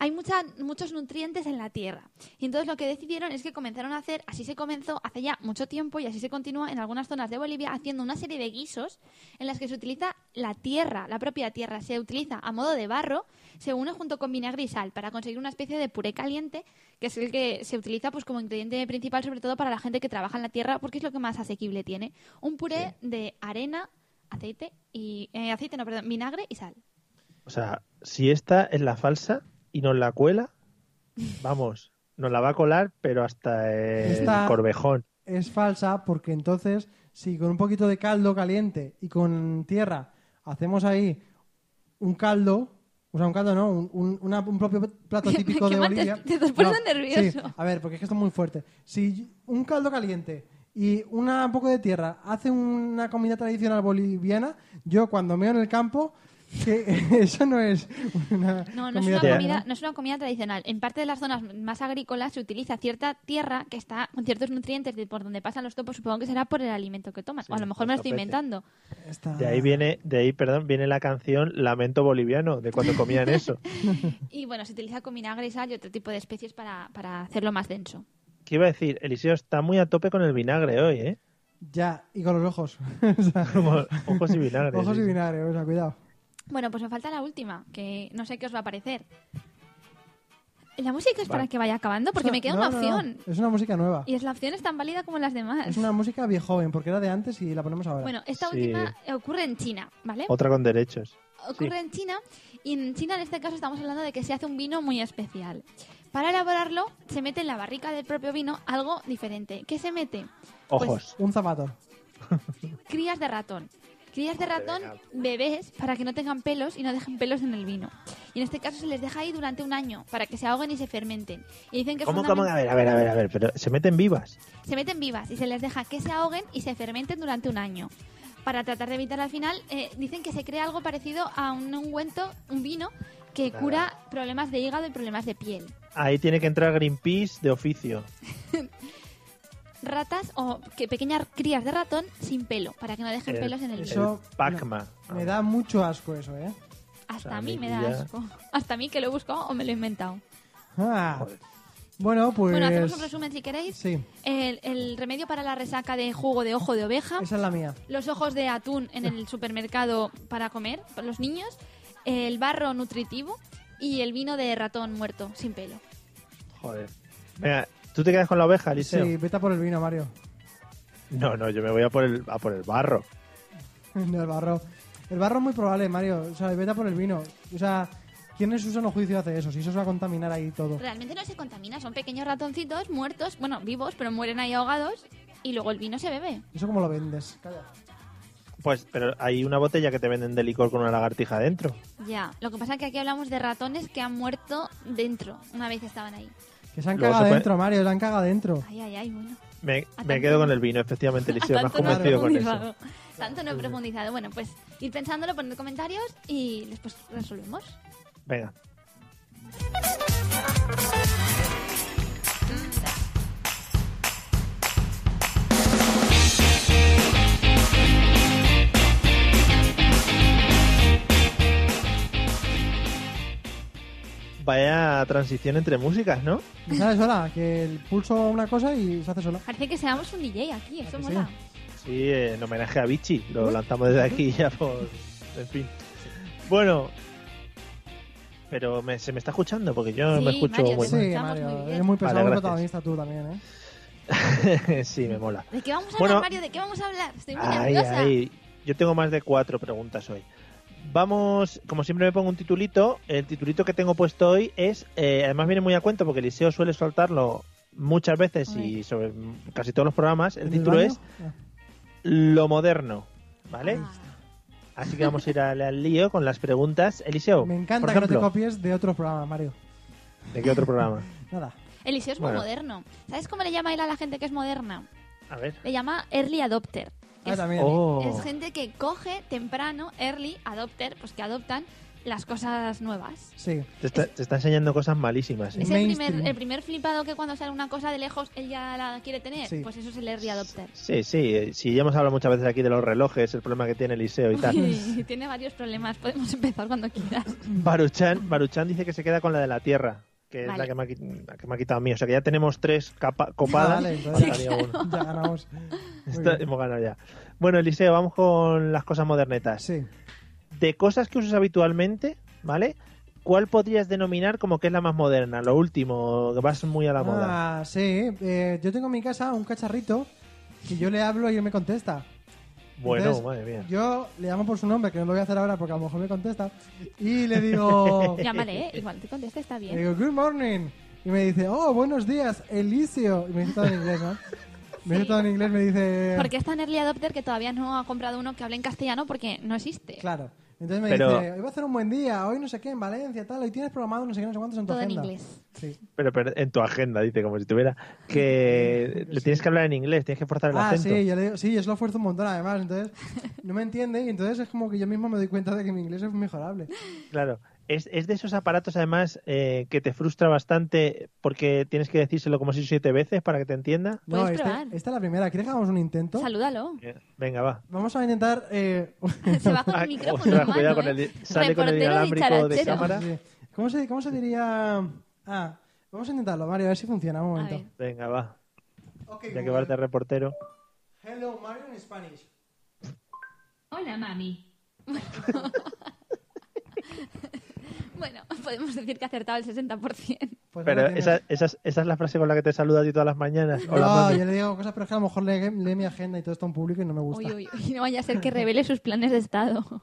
hay mucha- muchos nutrientes en la tierra. Y entonces lo que decidieron es que comenzaron a hacer, así se comenzó hace ya mucho tiempo y así se continúa en algunas zonas de Bolivia, haciendo una serie de guisos en las que se utiliza la tierra, la propia tierra, se utiliza a modo de barro, se une junto con vinagre y sal para conseguir una especie de puré caliente, que es el que se utiliza pues como ingrediente principal, sobre todo para la gente que trabaja en la tierra, porque es lo que más asequible tiene. Un puré de arena, aceite y eh, aceite, no, perdón, vinagre y sal.
O sea, si esta es la falsa y nos la cuela, vamos, nos la va a colar, pero hasta el
Esta-
corvejón.
Es falsa porque entonces, si con un poquito de caldo caliente y con tierra hacemos ahí un caldo, o sea, un caldo no, un, un- una- un propio plato típico
que
de
Marta,
Bolivia.
te estás poniendo
No,
nervioso.
sí, a ver, porque es que esto es muy fuerte. Si un caldo caliente y una, un poco de tierra hace una comida tradicional boliviana, yo cuando meo en el campo que eso no es una
No, no es, una
comida
comida,
tradicional.
no es una comida tradicional. En parte de las zonas más agrícolas se utiliza cierta tierra que está con ciertos nutrientes de por donde pasan los topos. Supongo que será por el alimento que toman.
Sí,
o a lo mejor me lo
los
estoy
tapetes.
inventando.
Está-
De ahí viene, de ahí, perdón, viene la canción Lamento Boliviano, de cuando comían eso.
Y bueno, se utiliza con vinagre y sal y otro tipo de especies para, para hacerlo más denso.
¿Qué iba a decir? Eliseo está muy a tope con el vinagre hoy, ¿eh?
Ya, y con los ojos. O sea,
Como ojos y vinagre.
ojos
sí,
y
sí.
vinagre, o sea, cuidado.
Bueno, pues me falta la última, que no sé qué os va a parecer. La música es para que vaya acabando, porque
Esto-
me queda
no,
una
no, no,
opción.
Es una música nueva.
Y es la opción es tan válida como las demás.
Es una música viejo joven, porque era de antes y la ponemos ahora.
Bueno, esta
Sí.
última ocurre en China, ¿vale?
Otra con derechos.
ocurre en China y en China en este caso estamos hablando de que se hace un vino muy especial. Para elaborarlo se mete en la barrica del propio vino algo diferente. ¿Qué se mete?
Pues,
Ojos.
Un zapato.
Crías de ratón. Crías de ratón,
venga.
bebés, para que no tengan pelos y no dejen pelos en el vino. Y en este caso se les deja ahí durante un año para que se ahoguen y se fermenten. Y dicen que
¿Cómo, cómo?
fundament-
A ver, a ver, a ver, a ver, pero se meten vivas.
se meten vivas y se les deja que se ahoguen y se fermenten durante un año. Para tratar de evitar al final, eh, dicen que se crea algo parecido a un ungüento, un vino, que
Nada.
cura problemas de hígado y problemas de piel.
Ahí tiene que entrar Greenpeace de oficio.
Ratas o que pequeñas crías de ratón sin pelo, para que no dejen
El-
pelos en el vino.
Eso-
Pacma.
Me da mucho asco eso, ¿eh?
Hasta
sea,
a mí
a mí
me da
ya-
asco. Hasta a mí que lo he buscado o me lo he inventado.
Ah. Bueno, pues...
Bueno, hacemos un resumen si queréis.
Sí,
El, el remedio para la resaca de jugo de ojo de oveja.
esa es la mía.
los ojos de atún en el supermercado para comer, para los niños, el barro nutritivo y el vino de ratón muerto, sin pelo.
Joder. Venga, ¿tú te quedas con la oveja, Eliseo?
Sí, vete a por el vino, Mario.
No, no, yo me voy a por el, a por el barro.
No, el barro. El barro es muy probable, Mario. O sea, vete a por el vino. O sea, ¿quién en su sano juicio hace eso? Si eso se va a contaminar ahí todo.
Realmente no se contamina, son pequeños ratoncitos muertos, bueno, vivos, pero mueren ahí ahogados y luego el vino se bebe.
¿Eso cómo lo vendes? Calla.
Pues, pero hay una botella que te venden de licor con una lagartija dentro.
Ya, lo que pasa es que aquí hablamos de ratones que han muerto dentro, una vez estaban ahí.
Que se han
Luego
cagado
se puede-
dentro, Mario. Se han cagado dentro.
Ay, ay, ay, bueno.
Me,
A
me
tanto
quedo
no.
con el vino, efectivamente, Eliseo. Me has
tanto no he
convencido con eso.
profundizado. Tanto no he profundizado. Bueno, pues ir pensándolo, poned comentarios y después resolvemos.
Venga. Vaya transición entre músicas, ¿no?
Y sale sola, que el pulso una cosa y se hace sola.
Parece que seamos un DJ aquí,
¿A que
eso
sí?
mola.
Sí, eh, en homenaje a Vichy. Lo lanzamos desde aquí ya por... En fin. Bueno. Pero me- se me está escuchando porque yo
Sí,
me escucho
Mario,
muy
te
Sí,
escuchamos
Mario.
muy bien.
eres muy pesado
Vale, gracias.
protagonista tú también, ¿eh?
mal. sí, me mola.
¿De qué vamos a
Bueno.
hablar, Mario? ¿De qué vamos a hablar? Estoy muy
Ay,
nerviosa.
ay. Yo tengo más de cuatro preguntas hoy. Vamos, como siempre me pongo un titulito. El titulito que tengo puesto hoy es, eh, además viene muy a cuento porque Eliseo suele soltarlo muchas veces y sobre casi todos los programas. El
¿En
título
baño?
es Lo moderno, ¿vale?
Ah,
Así que vamos a ir al, al lío con las preguntas.
Ah,
Eliseo,
Me encanta
Oh, por
que no te
ejemplo,
copies de otros programas, Mario.
¿de qué otro programa?
Nada.
Eliseo es muy
Bueno.
moderno. ¿Sabes cómo le llama él a la gente que es moderna?
A ver.
Le llama early adopter.
Ah,
Es,
también.
Oh.
es gente que coge temprano, early adopter, pues que adoptan las cosas nuevas.
Sí.
Te está, te está enseñando cosas malísimas. ¿eh?
Es el primer,
Mainstream.
el primer flipado que cuando sale una cosa de lejos él ya la quiere tener.
Sí.
Pues eso es el early adopter.
Sí, sí, eh, sí, ya hemos hablado muchas veces aquí de los relojes, el problema que tiene Eliseo y tal.
Y tiene varios problemas. Podemos empezar cuando quieras.
Baruchan, Baruchan dice que se queda con la de la Tierra, que es
Vale.
la que, me ha, qui- la que me ha quitado a mí. O sea que ya tenemos tres capa- copadas.
Ah, Vale, entonces-
Faltaría una.
Ya ganamos. Muy
Esta-
bien.
hemos ganado ya. Bueno, Eliseo, vamos con las cosas modernetas.
Sí.
De cosas que usas habitualmente, ¿vale? ¿Cuál podrías denominar como que es la más moderna? Lo último, que vas muy a la moda.
Ah, sí. Eh, yo tengo en mi casa un cacharrito que yo le hablo y él me contesta.
Bueno,
entonces,
madre mía.
Yo le llamo por su nombre, que no lo voy a hacer ahora porque a lo mejor me contesta. Y le digo.
Llámale, ¿eh? Igual te contesta, está
le
bien.
digo, good morning. Y me dice, oh, buenos días, Elisio. Y me dice todo en inglés, ¿no? Me dice
Sí.
todo en inglés, me dice.
Porque es tan early adopter que todavía no ha comprado uno que hable en castellano porque no existe.
Claro. Entonces me
Pero-
dice, hoy va a hacer un buen día, hoy no sé qué, en Valencia, tal, hoy tienes programado no sé qué, no sé cuántos en tu
Todo en
agenda.
inglés.
Sí.
Pero, pero en tu agenda, dice, como si tuviera. Que le tienes que hablar en inglés, tienes que forzar el
Eh, Ah,
acento.
sí, yo le digo, sí, yo se lo esfuerzo un montón además, entonces no me entiende y entonces es como que yo mismo me doy cuenta de que mi inglés es mejorable.
Claro. Es, es de esos aparatos, además, eh, que te frustra bastante porque tienes que decírselo como seis o siete veces para que te entienda.
No,
Puedes
este-
probar.
esta es la primera, ¿quieres que hagamos un intento?
Salúdalo.
Venga, va.
Vamos a intentar... eh,
Se va con
Ay,
el micrófono
ostras,
en mano,
cuidado con
¿eh?
el di- sale con el
Reportero
inalámbrico de
dicharachero.
cámara.
Sí. ¿Cómo, se, ¿Cómo se diría...? Ah, vamos a intentarlo, Mario, a ver si funciona, un momento.
A ver.
Venga, va.
Ok,
Ya que vas de reportero.
Hello, Mario, en Spanish.
Hola, mami. bueno, podemos decir que ha acertado el 60%.
Pues
Pero
ahora tienes-
esa, esa, es- esa es la frase con la que te saludas a ti todas las mañanas. Hola,
no,
mami.
yo le digo cosas, pero es que a lo mejor lee, lee mi agenda y todo esto en público y no me gusta.
Uy, uy, uy, no vaya a ser que revele sus planes de estado.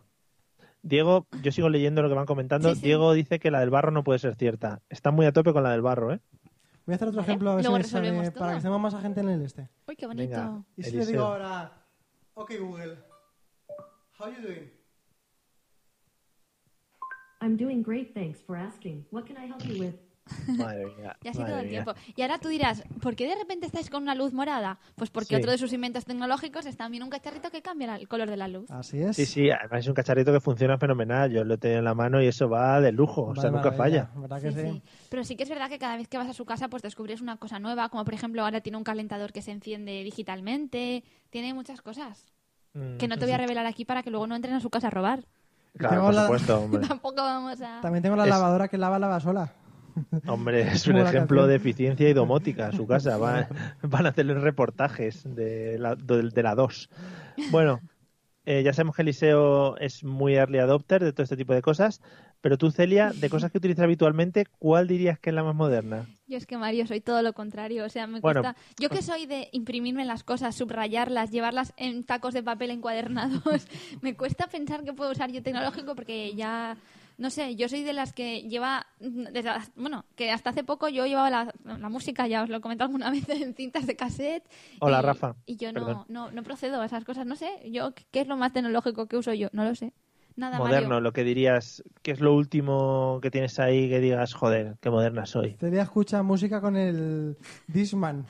Diego, yo sigo leyendo lo que van comentando.
Sí, sí.
Diego dice que la del barro no puede ser cierta. Está muy a tope con la del barro, ¿eh?
Voy a hacer otro
Vale,
ejemplo a ver si
luego
me sale,
resolvemos
para
todo.
que estemos más gente en el este.
Uy, qué bonito.
Venga.
Y si le
Eliseo.
digo ahora, ok Google, how you doing?
I'm doing great, thanks for asking. What can I help you with?
Madre mía.
Y así
madre
todo el
mía.
tiempo. Y ahora tú dirás, ¿por qué de repente estáis con una luz morada? Pues porque
Sí.
otro de sus inventos tecnológicos es también un cacharrito que cambia la- el color de la luz.
Así es.
Sí, sí, además es un cacharrito que funciona fenomenal. Yo lo tengo en la mano y eso va de lujo. o sea,
Vale,
nunca
maravilla,
falla.
¿Verdad que
Sí,
sí?
sí. Pero sí que es verdad que cada vez que vas a su casa pues descubres una cosa nueva, como por ejemplo ahora tiene un calentador que se enciende digitalmente, tiene muchas cosas
Mm,
que no te voy a revelar aquí para que luego no entren a su casa a robar.
Claro,
Tengo
por
la-
supuesto, hombre.
Tampoco vamos a...
También tengo la
Es-
lavadora que lava, lava sola.
Hombre, es un
Como la
ejemplo
canción.
de eficiencia y domótica a su casa. Van, van a hacerle reportajes de la, de, de la 2. Bueno, eh, ya sabemos que Eliseo es muy early adopter de todo este tipo de cosas, pero tú, Celia, de cosas que utilizas habitualmente, ¿cuál dirías que es la más moderna?
Yo es que Mario soy todo lo contrario, o sea, me
Bueno. pues
cuesta. Yo que soy de imprimirme las cosas, subrayarlas, llevarlas en tacos de papel encuadernados, me cuesta pensar que puedo usar yo tecnológico porque ya no sé, yo soy de las que lleva mm, desde las- bueno, que hasta hace poco yo llevaba la, la música, ya os lo he comentado alguna vez en cintas de cassette.
Hola,
y-
Rafa.
Y yo
Perdón.
no, no no procedo a esas cosas, no sé, yo qué es lo más tecnológico que uso yo, no lo sé. Nada
Moderno,
Mario.
lo que dirías, ¿qué es lo último que tienes ahí que digas, joder, qué moderna soy?
Celia Este escucha música con el Disman.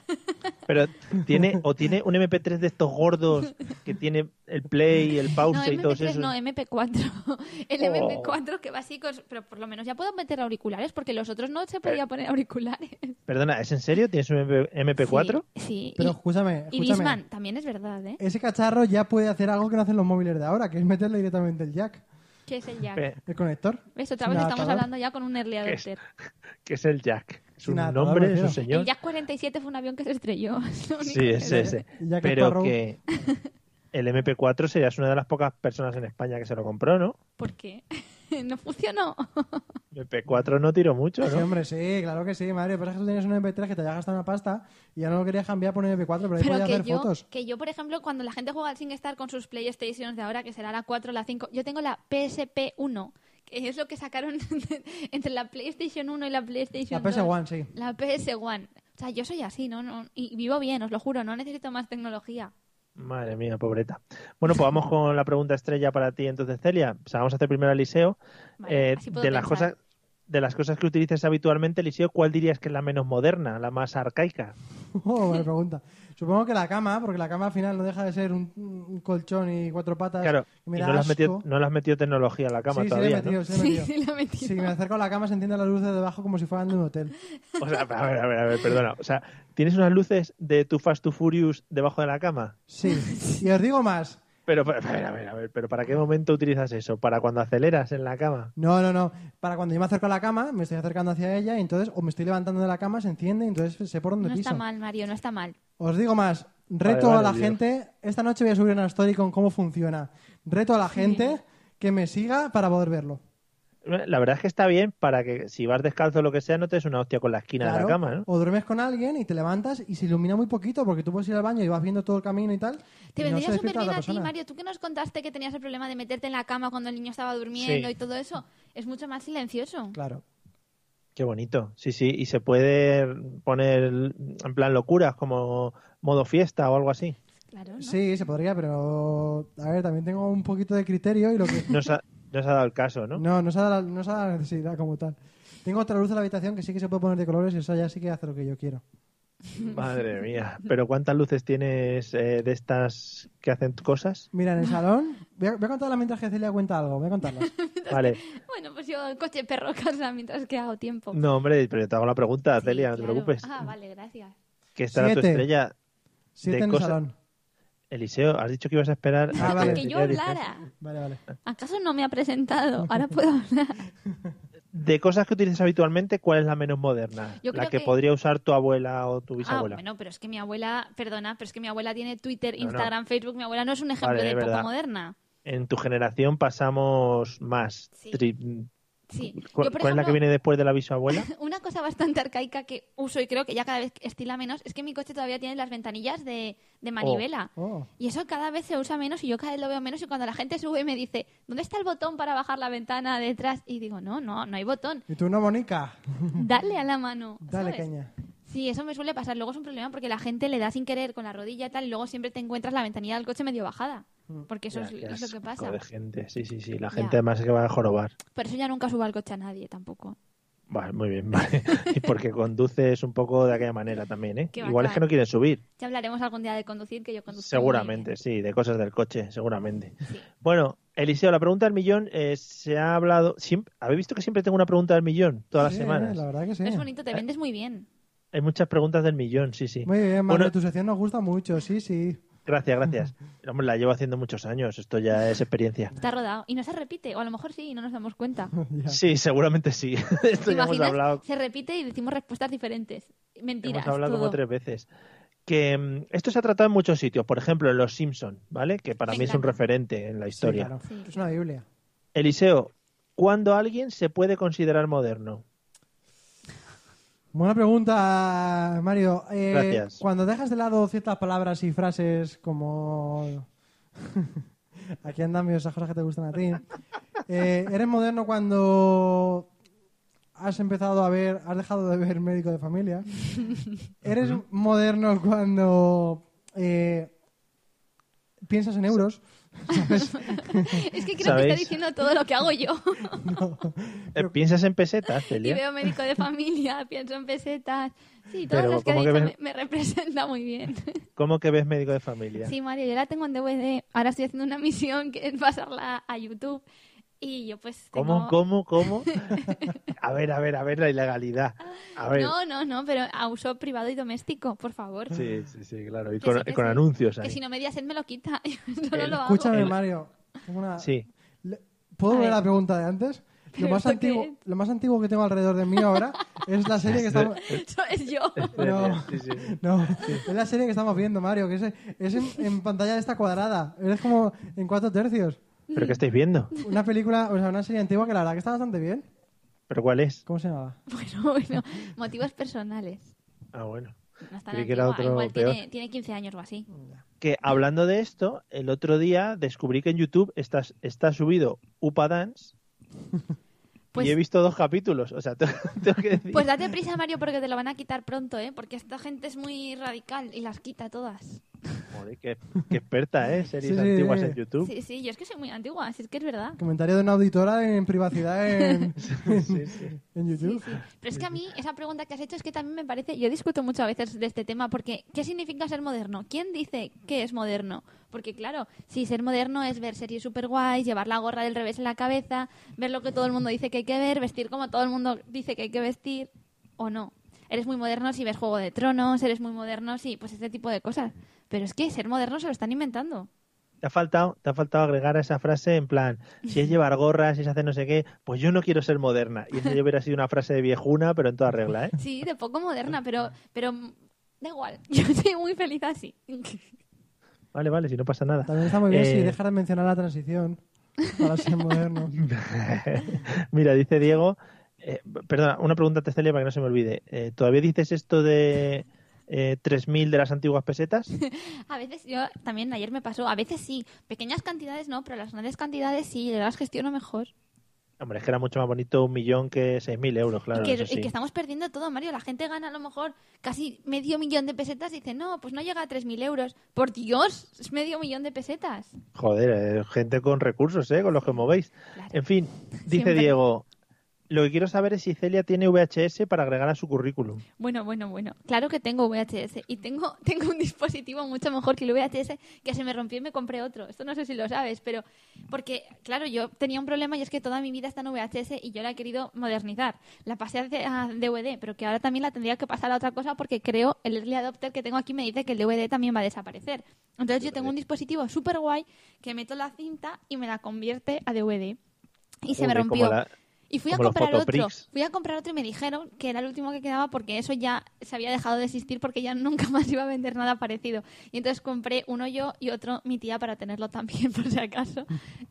Pero tiene, o tiene un MP3 de estos gordos que tiene el play, el pause
No,
y todo
MP3
eso.
no, eh. MP4. El
Oh.
MP4 que va así con... Pero por lo menos ya puedo meter auriculares porque los otros no se
Eh,
podía poner auriculares.
Perdona, ¿es en serio? ¿Tienes un MP4?
Sí, sí.
Pero
y-
escúchame,
Y,
escúchame.
Disman, también es verdad, ¿eh?
Ese cacharro ya puede hacer algo que no hacen los móviles de ahora, que es meterle directamente el jack,
Que es el jack.
Pe-
el conector.
¿Ves? Otra
Sin
vez estamos
adaptador.
hablando ya con un early
¿Qué es?
adopter.
que es el Jack. Es
Sin
un
nada,
nombre,
me
es un
refiero.
señor.
El Jack 47 fue un avión que se estrelló. es lo único
Sí,
que
es
sé.
ese.
El Jack
Pero
Sparrow.
que el MP4 serías una de las pocas personas en España que se lo compró, ¿no?
¿Por qué? no funcionó.
El MP4 no tiró mucho,
Sí,
¿no?
hombre, sí, claro que sí, madre. Pero es que tú tenías un MP3 que te había gastado una pasta y ya no lo querías cambiar por un MP4, pero ahí
Pero
podías
que
hacer
yo,
fotos.
que yo, por ejemplo, cuando la gente juega al SingStar con sus PlayStations de ahora, que será la 4 la 5, yo tengo la PSP1, que es lo que sacaron entre la PlayStation 1 y la PlayStation
La PS1,
2.
sí.
La PS1. O sea, yo soy así, ¿no? no y vivo bien, os lo juro, no necesito más tecnología.
Madre mía, pobreta. Bueno, pues vamos con la pregunta estrella para ti entonces, Celia. O sea, vamos a hacer primero a Eliseo.
Vale,
Eh,
así puedo
de, las
pensar.
cosas, de las cosas que utilices habitualmente, Eliseo, ¿cuál dirías que es la menos moderna, la más arcaica?
Oh, buena pregunta. Supongo que la cama, porque la cama al final no deja de ser un, un colchón y cuatro patas.
Claro,
que me
y
da
no le has metido,
asco.
no le has metido tecnología a la cama
sí, sí, le he
todavía, ¿no?
metido, sí, le he
Sí, sí,
metido.
la he metido.
Si me acerco a la cama se encienden las luces de debajo como si fueran de un hotel.
O sea, a ver, a ver, a ver, perdona. O sea, ¿tienes unas luces de Too Fast to Furious debajo de la cama?
Sí. Y os digo más.
Pero, pero, a ver, a ver, a ver, pero ¿para qué momento utilizas eso? ¿Para cuando aceleras en la cama?
No, no, no. Para cuando yo me acerco a la cama, me estoy acercando hacia ella y entonces o me estoy levantando de la cama, se enciende y entonces sé por dónde
No
piso.
está mal, Mario, no está mal.
Os digo más, reto
Vale,
a
vale,
la
Diego.
gente, esta noche voy a subir una story con cómo funciona. Reto a la gente que me siga para poder verlo.
La verdad es que está bien para que si vas descalzo o lo que sea no te des una hostia con la esquina de
Claro.
la cama, ¿no?
O duermes con alguien y te levantas y se ilumina muy poquito porque tú puedes ir al baño y vas viendo todo el camino y tal.
Te
y no se
vendría súper
despierta
bien
la
a ti,
persona.
Mario. Tú que nos contaste que tenías el problema de meterte en la cama cuando el niño estaba durmiendo
Sí.
y todo eso. Es mucho más silencioso.
Claro.
Qué bonito. Sí, sí, y se puede poner en plan locuras como modo fiesta o algo así.
Claro, ¿no?
Sí, se podría, pero a ver, también tengo un poquito de criterio y lo que
Nos, ha- No se ha dado el caso, ¿no?
No, no se, ha dado la, no se ha dado la necesidad como tal. Tengo otra luz en la habitación que sí que se puede poner de colores y eso ya sí que hace lo que yo quiero.
Madre mía. ¿Pero cuántas luces tienes eh, de estas que hacen cosas?
Mira, en el salón... Voy a, voy a contarla mientras que Celia cuenta algo. Voy a contarlas.
Vale.
Bueno, pues yo coche, perro, casa mientras que hago tiempo.
No, hombre, pero te hago Mm, la pregunta,
Sí,
Celia, no te
claro.
preocupes.
Ah, vale, gracias.
Que estará tu
Siete.
estrella.
Siete
De
en el
cosas-
salón.
Eliseo, has dicho que ibas a esperar
Ah,
a
vale.
Que yo
Celia dijese-
hablara.
Vale, vale.
¿Acaso no me ha presentado? Ahora puedo hablar.
De cosas que utilizas habitualmente, ¿cuál es la menos moderna?
Yo
la
creo
que,
que-
podría usar tu abuela o tu
Ah,
bisabuela.
bueno, pero es que mi abuela, perdona, pero es que mi abuela tiene Twitter,
no.
Instagram, Facebook. Mi abuela no es un ejemplo
Vale,
de
es
época
verdad.
moderna.
En tu generación pasamos más.
Sí.
Tri-
Sí. Yo,
¿Cu-
por
¿Cuál es la que
ejemplo,
viene después de la bisabuela?
Una cosa bastante arcaica que uso y creo que ya cada vez estila menos es que mi coche todavía tiene las ventanillas de, de manivela.
Oh.
Y eso cada vez se usa menos y yo cada vez lo veo menos y cuando la gente sube me dice, ¿dónde está el botón para bajar la ventana detrás? Y digo, no, no, no hay botón.
¿Y tú no, Mónica?
Dale a la mano.
Dale,
¿sabes?
caña.
Sí, eso me suele pasar. Luego es un problema porque la gente le da sin querer con la rodilla y tal y luego siempre te encuentras la ventanilla del coche medio bajada. Porque eso
Ya,
es,
qué
es lo que
asco
pasa.
de gente. Sí, sí, sí. La
Ya.
gente además que va a jorobar.
Por eso ya nunca subo al coche a nadie tampoco.
Vale, muy bien, vale. Y porque conduces un poco de aquella manera también, ¿eh?
Qué
Igual es
bacán.
que no quieren subir.
Ya hablaremos algún día de conducir, que yo conduzco. muy
Seguramente, sí, de cosas del coche, seguramente.
bien. Sí.
Bueno, Eliseo, la pregunta del millón eh, se ha hablado. siem- ¿Habéis visto que siempre tengo una pregunta del millón todas
Sí,
las semanas?
La verdad que sí.
Eh.
Es bonito, te vendes muy bien.
Hay muchas preguntas del millón, sí, sí.
Muy bien, Mario,
Bueno,
tu sección nos gusta mucho, sí, sí.
gracias, gracias. Hombre, la llevo haciendo muchos años, esto ya es experiencia.
Está rodado. Y no se repite, o a lo mejor sí, y no nos damos cuenta.
Ya.
Sí, seguramente sí. Esto
¿Te
ya hemos
imaginas?
hablado
Se repite y decimos respuestas diferentes. Mentiras.
Hemos hablado como
todo.
tres veces. Que mm, esto se ha tratado en muchos sitios, por ejemplo en Los Simpson, ¿vale? Que para
Me
mí es un
encanta.
referente en la
Sí,
historia.
claro.
Sí.
Es una Biblia.
Eliseo, ¿cuándo alguien se puede considerar moderno?
Buena pregunta, Mario. Eh,
Gracias.
Cuando dejas de lado ciertas palabras y frases como... Aquí andan esas cosas que te gustan a ti. Eh, eres moderno cuando has empezado a ver, has dejado de ver médico de familia. Eres moderno cuando eh, piensas en euros.
Es que creo que
¿Sabéis?
está diciendo todo lo que hago yo.
Eh, ¿Piensas en pesetas,
y
Celia?
veo médico de familia, pienso en pesetas. Sí, todas
Pero,
las que ha
¿cómo que
dicho
ves?
me, me representa muy bien.
¿Cómo que ves médico de familia?
Sí, Mario, yo la tengo en DVD. Ahora estoy haciendo una misión que es pasarla a YouTube. Y yo pues
¿Cómo,
tengo-
cómo, cómo? A ver, a ver, a ver la ilegalidad. A ver.
No, no, no, pero a uso privado y doméstico, por favor.
Sí, sí, sí, claro. Y
Que
con,
sí, que
y con
sí.
anuncios
Que
ahí.
si no me sed me lo quita. Yo no
El-
lo hago.
Escúchame,
El-
Mario. tengo una-
Sí.
Le- ¿Puedo
A
volver a
ver.
la pregunta de antes? Lo
¿Pero
más,
esto qué
antiguo,
es?
lo más antiguo que tengo alrededor de mí ahora es la serie que
Este,
estamos...
Eso es yo.
No.
Sí, sí, sí.
No, es la serie que estamos viendo, Mario, que es, es en, en pantalla de esta cuadrada. Es como en cuatro tercios.
¿Pero qué estáis viendo?
Una película, o sea, una serie antigua que la verdad que está bastante bien.
¿Pero cuál es?
¿Cómo se llamaba?
Bueno, bueno, motivos personales.
Ah, bueno.
No es tan
Creí que era
antigua,
otro
igual
peor.
tiene, tiene 15 años o así.
Que hablando de esto, el otro día descubrí que en YouTube está, está subido Upa Dance
Pues-
y he visto dos capítulos. O sea, tengo que decir.
Pues date prisa, Mario, porque te lo van a quitar pronto, ¿eh? Porque esta gente es muy radical y las quita todas.
Joder, qué, qué experta, ¿eh? Series
Sí, sí,
antiguas
sí.
en YouTube.
Sí, sí, yo es que soy muy antigua, así es que es verdad.
Comentario de una auditora en privacidad en,
Sí, sí.
en
Sí,
YouTube.
sí. Pero es que a mí esa pregunta que has hecho es que también me parece, yo discuto mucho a veces de este tema porque ¿qué significa ser moderno? ¿Quién dice que es moderno? Porque claro, si ser moderno es ver series super guays, llevar la gorra del revés en la cabeza, ver lo que todo el mundo dice que hay que ver, vestir como todo el mundo dice que hay que vestir o no. Eres muy moderno si ves Juego de Tronos, eres muy moderno si pues este tipo de cosas. Pero es que ser moderno se lo están inventando.
Te ha faltado, te ha faltado agregar a esa frase en plan, si es llevar gorras, si es hacer no sé qué, pues yo no quiero ser moderna. Y esa ya hubiera sido una frase de viejuna, pero en toda regla, ¿eh?
Sí, de poco moderna, pero pero da igual. Yo estoy muy feliz así.
Vale, vale, si no pasa nada.
También está muy bien si
Eh,
dejar de mencionar la transición para ser moderno.
Mira, dice Diego, eh, perdona, una pregunta a Celia para que no se me olvide. Eh, ¿Todavía dices esto de eh, 3.000 de las antiguas pesetas?
A veces, yo también ayer me pasó, a veces sí, pequeñas cantidades no, pero las grandes cantidades sí, yo las gestiono mejor.
Hombre, es que era mucho más bonito un millón que 6.000 euros, claro.
y, que,
eso sí.
y que estamos perdiendo todo, Mario. La gente gana a lo mejor casi medio millón de pesetas y dice, no, pues no llega a 3.000 euros. Por Dios, es medio millón de pesetas.
Joder, eh, gente con recursos, ¿eh? Con los que os movéis.
Claro.
En fin, dice
Siempre.
Diego, lo que quiero saber es si Celia tiene VHS para agregar a su currículum.
Bueno, bueno, bueno. Claro que tengo VHS y tengo, tengo un dispositivo mucho mejor que el VHS que se me rompió y me compré otro. Esto no sé si lo sabes, pero porque, claro, yo tenía un problema y es que toda mi vida está en VHS y yo la he querido modernizar. La pasé ah, a C- a DVD, pero que ahora también la tendría que pasar a otra cosa porque creo el early adopter que tengo aquí me dice que el DVD también va a desaparecer. Entonces yo tengo un dispositivo súper guay que meto la cinta y me la convierte a DVD. Y se me
Uy, como
rompió.
la-
Y fui a
Como los
comprar otro.
fotopricks.
Fui a comprar otro y me dijeron que era el último que quedaba porque eso ya se había dejado de existir porque ya nunca más iba a vender nada parecido. Y entonces compré uno yo y otro mi tía para tenerlo también, por si acaso.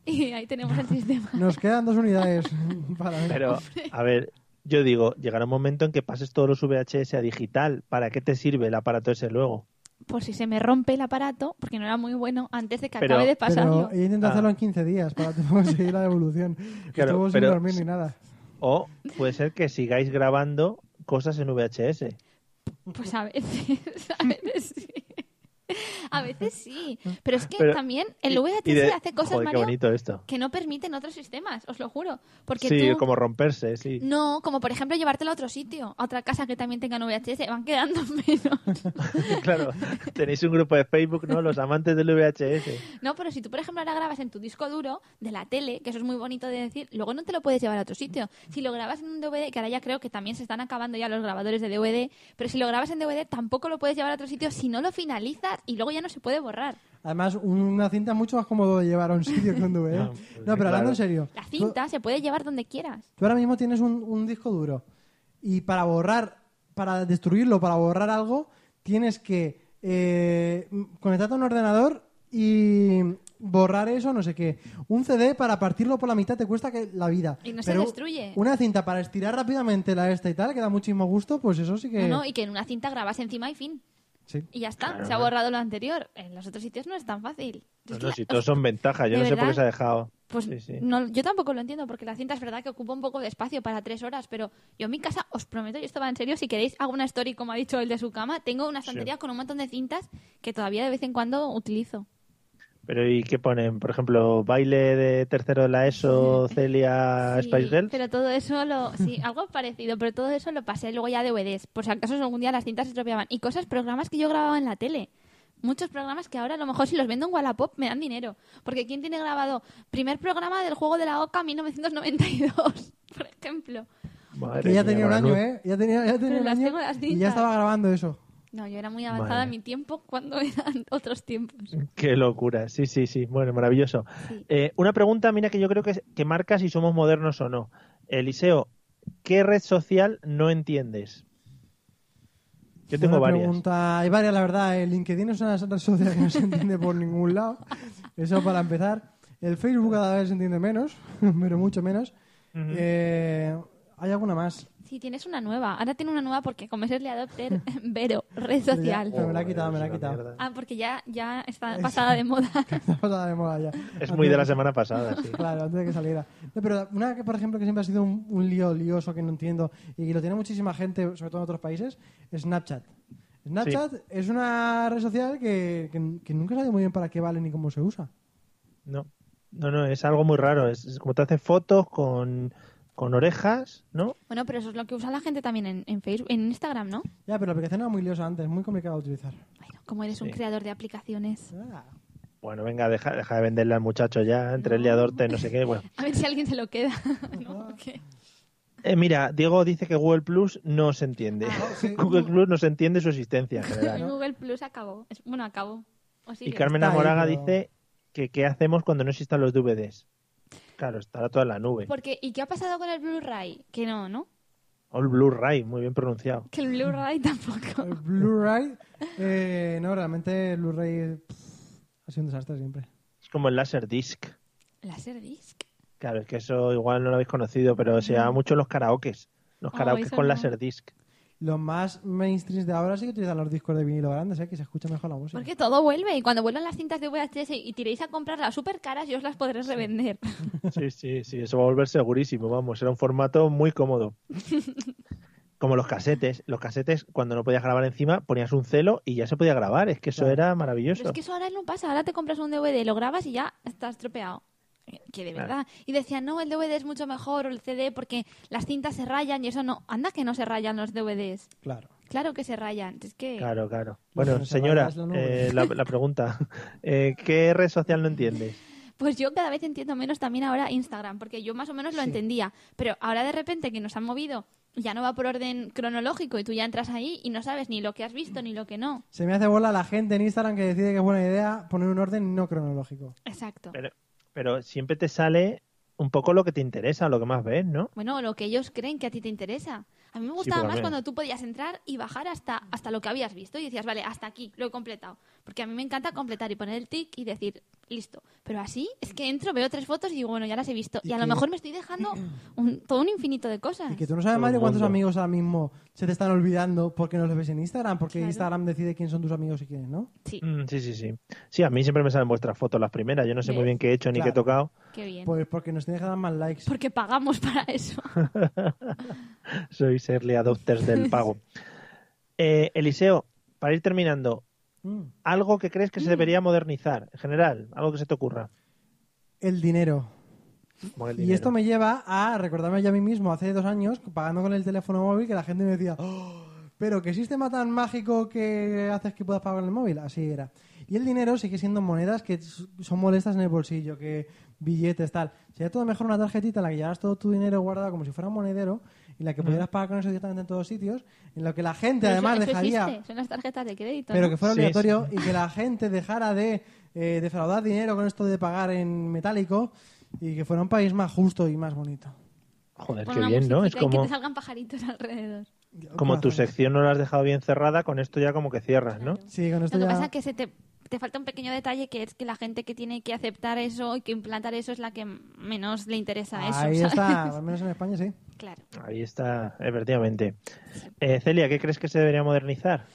Y ahí tenemos el sistema.
Nos quedan dos unidades para ver.
Pero, a ver, yo digo, llegará un momento en que pases todos los VHS a digital. ¿Para qué te sirve el aparato ese luego?
Por si se me rompe el aparato, porque no era muy bueno antes de que
Pero-
acabe de
Pero
pasarlo.
he intentado
Ah.
hacerlo en 15 días para conseguir la devolución.
Claro,
Estuvo sin
pero-
dormir ni nada.
O puede ser que sigáis grabando cosas en VHS.
Pues a veces, a veces sí. A veces sí. Pero es que
Pero-
también el
y-
VHS
y de-
hace cosas,
Joder, qué
Mario,
bonito esto.
que no permiten otros sistemas, os lo juro. Porque
sí,
tú...
como romperse, sí.
No, como por ejemplo llevártelo a otro sitio, a otra casa que también tenga VHS, van quedando menos.
claro, tenéis un grupo de Facebook, ¿no? Los amantes del VHS.
No, pero si tú por ejemplo ahora grabas en tu disco duro de la tele, que eso es muy bonito de decir, luego no te lo puedes llevar a otro sitio. Si lo grabas en un DVD, que ahora ya creo que también se están acabando ya los grabadores de DVD, pero si lo grabas en DVD tampoco lo puedes llevar a otro sitio si no lo finalizas y luego ya no se puede borrar.
Además, una cinta es mucho más cómodo de llevar a un sitio que un DVD.
No,
No,
pues,
pero
claro.
hablando en serio.
La
tú-
cinta se puede llevar donde quieras.
Tú ahora mismo tienes un, un disco duro y para borrar, para destruirlo, para borrar algo, tienes que eh, m- conectarte a un ordenador y borrar eso, no sé qué. Un CD para partirlo por la mitad te cuesta que la vida.
Y no se destruye.
Una cinta para estirar rápidamente la esta y tal, que da muchísimo gusto, pues eso sí
Eh.
que...
No, no, y que en una cinta grabas encima y fin.
Sí.
Y ya está, se ha borrado lo anterior. En los otros sitios no es tan fácil.
No,
Es
no,
que-
si todos son ventajas. Yo
¿De
no sé por qué
verdad?
se ha dejado.
Pues
Sí, sí.
No, yo tampoco lo entiendo, porque la cinta es verdad que ocupa un poco de espacio para tres horas, pero yo en mi casa, os prometo, yo estaba en serio, si queréis hago una story, como ha dicho él de su cama, tengo una estantería con un montón de cintas que todavía de vez en cuando utilizo.
Pero ¿y qué ponen? Por ejemplo, baile de tercero de la ESO, Celia,
Sí,
Spice Girls.
Pero todo eso lo, sí, algo parecido, pero todo eso lo pasé luego ya a DVDs, por si acaso algún día las cintas se estropeaban. Y cosas, programas que yo grababa en la tele. Muchos programas que ahora a lo mejor si los vendo en Wallapop me dan dinero. Porque ¿quién tiene grabado primer programa del juego de la OCA 1992, por ejemplo?
Madre
Que
mía,
ya tenía un
Manu.
año, ¿eh? Ya tenía, ya tenía
Pero
un
las
año
tengo las
y ya
cintas.
estaba grabando eso.
No, yo era muy avanzada
Madre.
a mi tiempo cuando eran otros tiempos.
Qué locura. Sí, sí, sí. Bueno, maravilloso.
Sí.
Eh, una pregunta, mira, que yo creo que, que marca si somos modernos o no. Eliseo, ¿qué red social no entiendes? Yo tengo
Buena
varias.
pregunta. Hay varias, la verdad. El LinkedIn es una red social que no se entiende por ningún lado. Eso para empezar. El Facebook cada vez se entiende menos, pero mucho menos. Eh, ¿Hay alguna más?
Sí, tienes una nueva. Ahora tiene una nueva porque como es el adopter, Vero, red social.
Oh.
Pero me la ha quitado, me la ha
Es una
quitado.
mierda.
Ah, porque ya, ya está pasada de moda.
Está pasada de moda ya.
Es muy de la semana pasada, sí.
Claro, antes de que saliera. No, pero una que, por ejemplo, que siempre ha sido un, un lío lioso que no entiendo y lo tiene muchísima gente, sobre todo en otros países, es Snapchat. Snapchat es una red social que, que, que nunca sabe muy bien para qué vale ni cómo se usa.
No, no, no, es algo muy raro. Es, es como te hace fotos con, con orejas, ¿no?
Bueno, pero eso es lo que usa la gente también en, en Facebook, en Instagram, ¿no?
Ya, pero la aplicación era muy liosa antes, muy complicada de utilizar.
Bueno, como eres un
Sí.
creador de aplicaciones.
Ah.
Bueno, venga, deja, deja de venderle al muchacho ya, entre el liadorte, no sé qué. Bueno,
A ver si alguien se lo queda. ¿no? ¿Qué?
Eh, mira, Diego dice que Google Plus no se entiende.
Ah, sí.
Google Plus no se entiende su existencia en general.
Google Plus acabó. Es- Bueno, acabó. O sigue.
Y Carmen
Está ahí,
Amoraga
pero-
dice que qué hacemos cuando no existan los DVDs. Claro, estará toda en la nube.
Porque, ¿Y qué ha pasado con el Blu-ray? Que no, ¿no?
O el Blu-ray, muy bien pronunciado.
Que el Blu-ray tampoco.
El Blu-ray, eh, no, realmente el Blu-ray pff, ha sido un desastre siempre.
Es como el Laserdisc.
Laserdisc.
Claro, es que eso igual no lo habéis conocido, pero se llama mucho los karaokes. Los
Oh,
karaokes
eso
con
no.
Laserdisc.
los más mainstreams de ahora sí que utilizan los discos de vinilo grandes, ¿eh? que se escucha mejor la música.
Porque todo vuelve y cuando vuelvan las cintas de VHS y y tiréis a comprarlas súper caras, yo os las podré revender.
Sí, sí, sí, eso va a volver segurísimo, vamos. Era un formato muy cómodo. Como los casetes. Los casetes, cuando no podías grabar encima, ponías un celo y ya se podía grabar. Es que eso
Claro.
era
Pero
maravilloso.
es que eso ahora no pasa. Ahora te compras un DVD, lo grabas y ya está estropeado. Eh, Que de
Claro.
verdad. Y decían, no, el DVD es mucho mejor o el CD porque las cintas se rayan y eso no. Anda que no se rayan los DVDs.
Claro.
Claro que se rayan. Es que.
Claro, claro. Bueno,
Los
señora,
reservadas, la nube.
eh, la, la pregunta. Eh, ¿Qué red social no entiendes?
Pues yo cada vez entiendo menos también ahora Instagram, porque yo más o menos lo
Sí.
entendía. Pero ahora de repente que nos han movido, ya no va por orden cronológico y tú ya entras ahí y no sabes ni lo que has visto ni lo que no.
Se me hace bola la gente en Instagram que decide que es buena idea poner un orden no cronológico.
Exacto.
Pero, pero siempre te sale un poco lo que te interesa, lo que más ves, ¿no?
Bueno, lo que ellos creen que a ti te interesa. A mí me
pues
gustaba
a
más
ver.
cuando tú podías entrar y bajar hasta, hasta lo que habías visto y decías, vale, hasta aquí, lo he completado. Porque a mí me encanta completar y poner el tic y decir, listo. Pero así es que entro, veo tres fotos y digo, bueno, ya las he visto.
Y
Y, a lo
que-
mejor me estoy dejando un- todo un infinito de cosas.
Y que tú no sabes,
Todo
Mario,
el
cuántos
mundo.
amigos ahora mismo se te están olvidando porque no los ves en Instagram, porque
Claro.
Instagram decide quién son tus amigos y quiénes no.
Sí,
Mm, sí, sí, sí. Sí, a mí siempre me salen vuestras fotos las primeras. Yo no sé muy
¿Ves?
bien qué he hecho ni qué he
Claro.
tocado.
qué bien.
Pues porque nos tienes que dar más likes.
Porque pagamos para eso.
Sois early adopters del pago. Eh, Eliseo, para ir terminando,
Mm.
algo que crees que se debería modernizar en general, algo que se te ocurra.
El dinero.
como el
Y esto
dinero.
me lleva a recordarme yo a mí mismo hace dos años, pagando con el teléfono móvil, que la gente me decía, "Oh, pero qué sistema tan mágico que haces que puedas pagar con el móvil. Así era. Y el dinero sigue siendo monedas que s- son molestas en el bolsillo, que billetes, tal. Sería todo mejor una tarjetita en la que llevas todo tu dinero guardado como si fuera un monedero, en la que pudieras pagar con eso directamente en todos sitios, en lo que la gente
Mm. Pero eso-
además
eso
dejaría
existe, son las tarjetas de crédito.
pero
¿no?
que fuera
Sí,
obligatorio y que la gente dejara de eh, defraudar dinero con esto de pagar en metálico y que fuera un país más justo y más bonito.
Joder,
Con
qué
una
bien, ¿no? Es
musiquita y que
como,
te salgan pajaritos alrededor.
como tu
Corazones.
sección no la has dejado bien cerrada, con esto ya como que cierras, ¿no?
Sí, con esto
Lo que
ya-
pasa es que se te, te falta un pequeño detalle que es que la gente que tiene que aceptar eso y que implantar eso es la que menos le interesa eso.
Ahí
¿sabes?
está, al menos en España sí.
Claro.
Ahí está, efectivamente. Eh, Celia, ¿qué crees que se debería modernizar?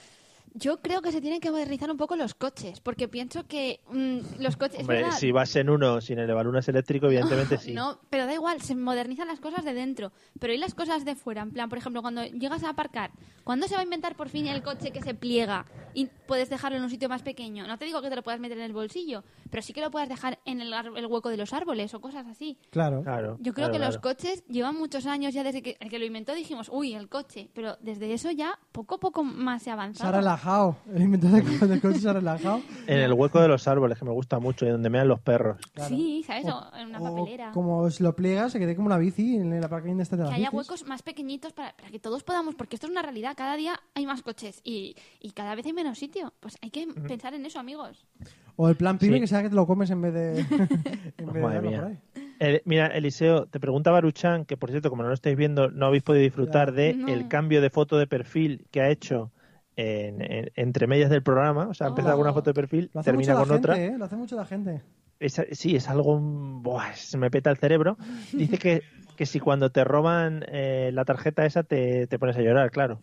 Yo creo que se tienen que modernizar un poco los coches, porque pienso que mm, los coches. es
Hombre,
verdad,
si vas en uno sin el es eléctrico, evidentemente sí.
No, pero da igual, se modernizan las cosas de dentro, pero ¿y las cosas de fuera? En plan, por ejemplo, cuando llegas a aparcar, ¿cuándo se va a inventar por fin el coche que se pliega y puedes dejarlo en un sitio más pequeño? No te digo que te lo puedas meter en el bolsillo, pero sí que lo puedas dejar en el, ar- el hueco de los árboles o cosas así.
Claro.
Claro.
Yo creo
claro,
que los
claro.
coches llevan muchos años ya desde que el que lo inventó dijimos, uy, el coche, pero desde eso ya poco a poco más se ha
Se ha
avanzado.
relajado. El inventor del co- del coche se ha relajado.
En el hueco de los árboles, que me gusta mucho, y donde mean los perros.
Claro.
Sí, ¿sabes? O en una
O
papelera.
como si lo pliegas, se quede como una bici en el aparcamiento de este de
Que
las
haya
bicis.
huecos más pequeñitos para, para que todos podamos, porque esto es una realidad, cada día hay más coches y, y cada vez hay menos sitio. Pues hay que pensar en eso, amigos.
Ah, O el plan pibe
Sí.
que sea que te lo comes en vez de, en vez de
Madre
darlo
mía.
por ahí.
El- Eh, mira, Eliseo, te pregunta Baruchan, que por cierto, como no lo estáis viendo, no habéis podido disfrutar
Ya.
de
No.
el cambio de foto de perfil que ha hecho en- en- entre medias del programa. O sea, empieza
Oh.
con una foto de perfil,
Lo hace
termina
mucho
con
la gente,
otra.
¿eh? Lo hace mucho la gente.
Es- sí, es algo... buah, se me peta el cerebro. Dice que, que si cuando te roban eh, la tarjeta esa te, te pones a llorar, claro.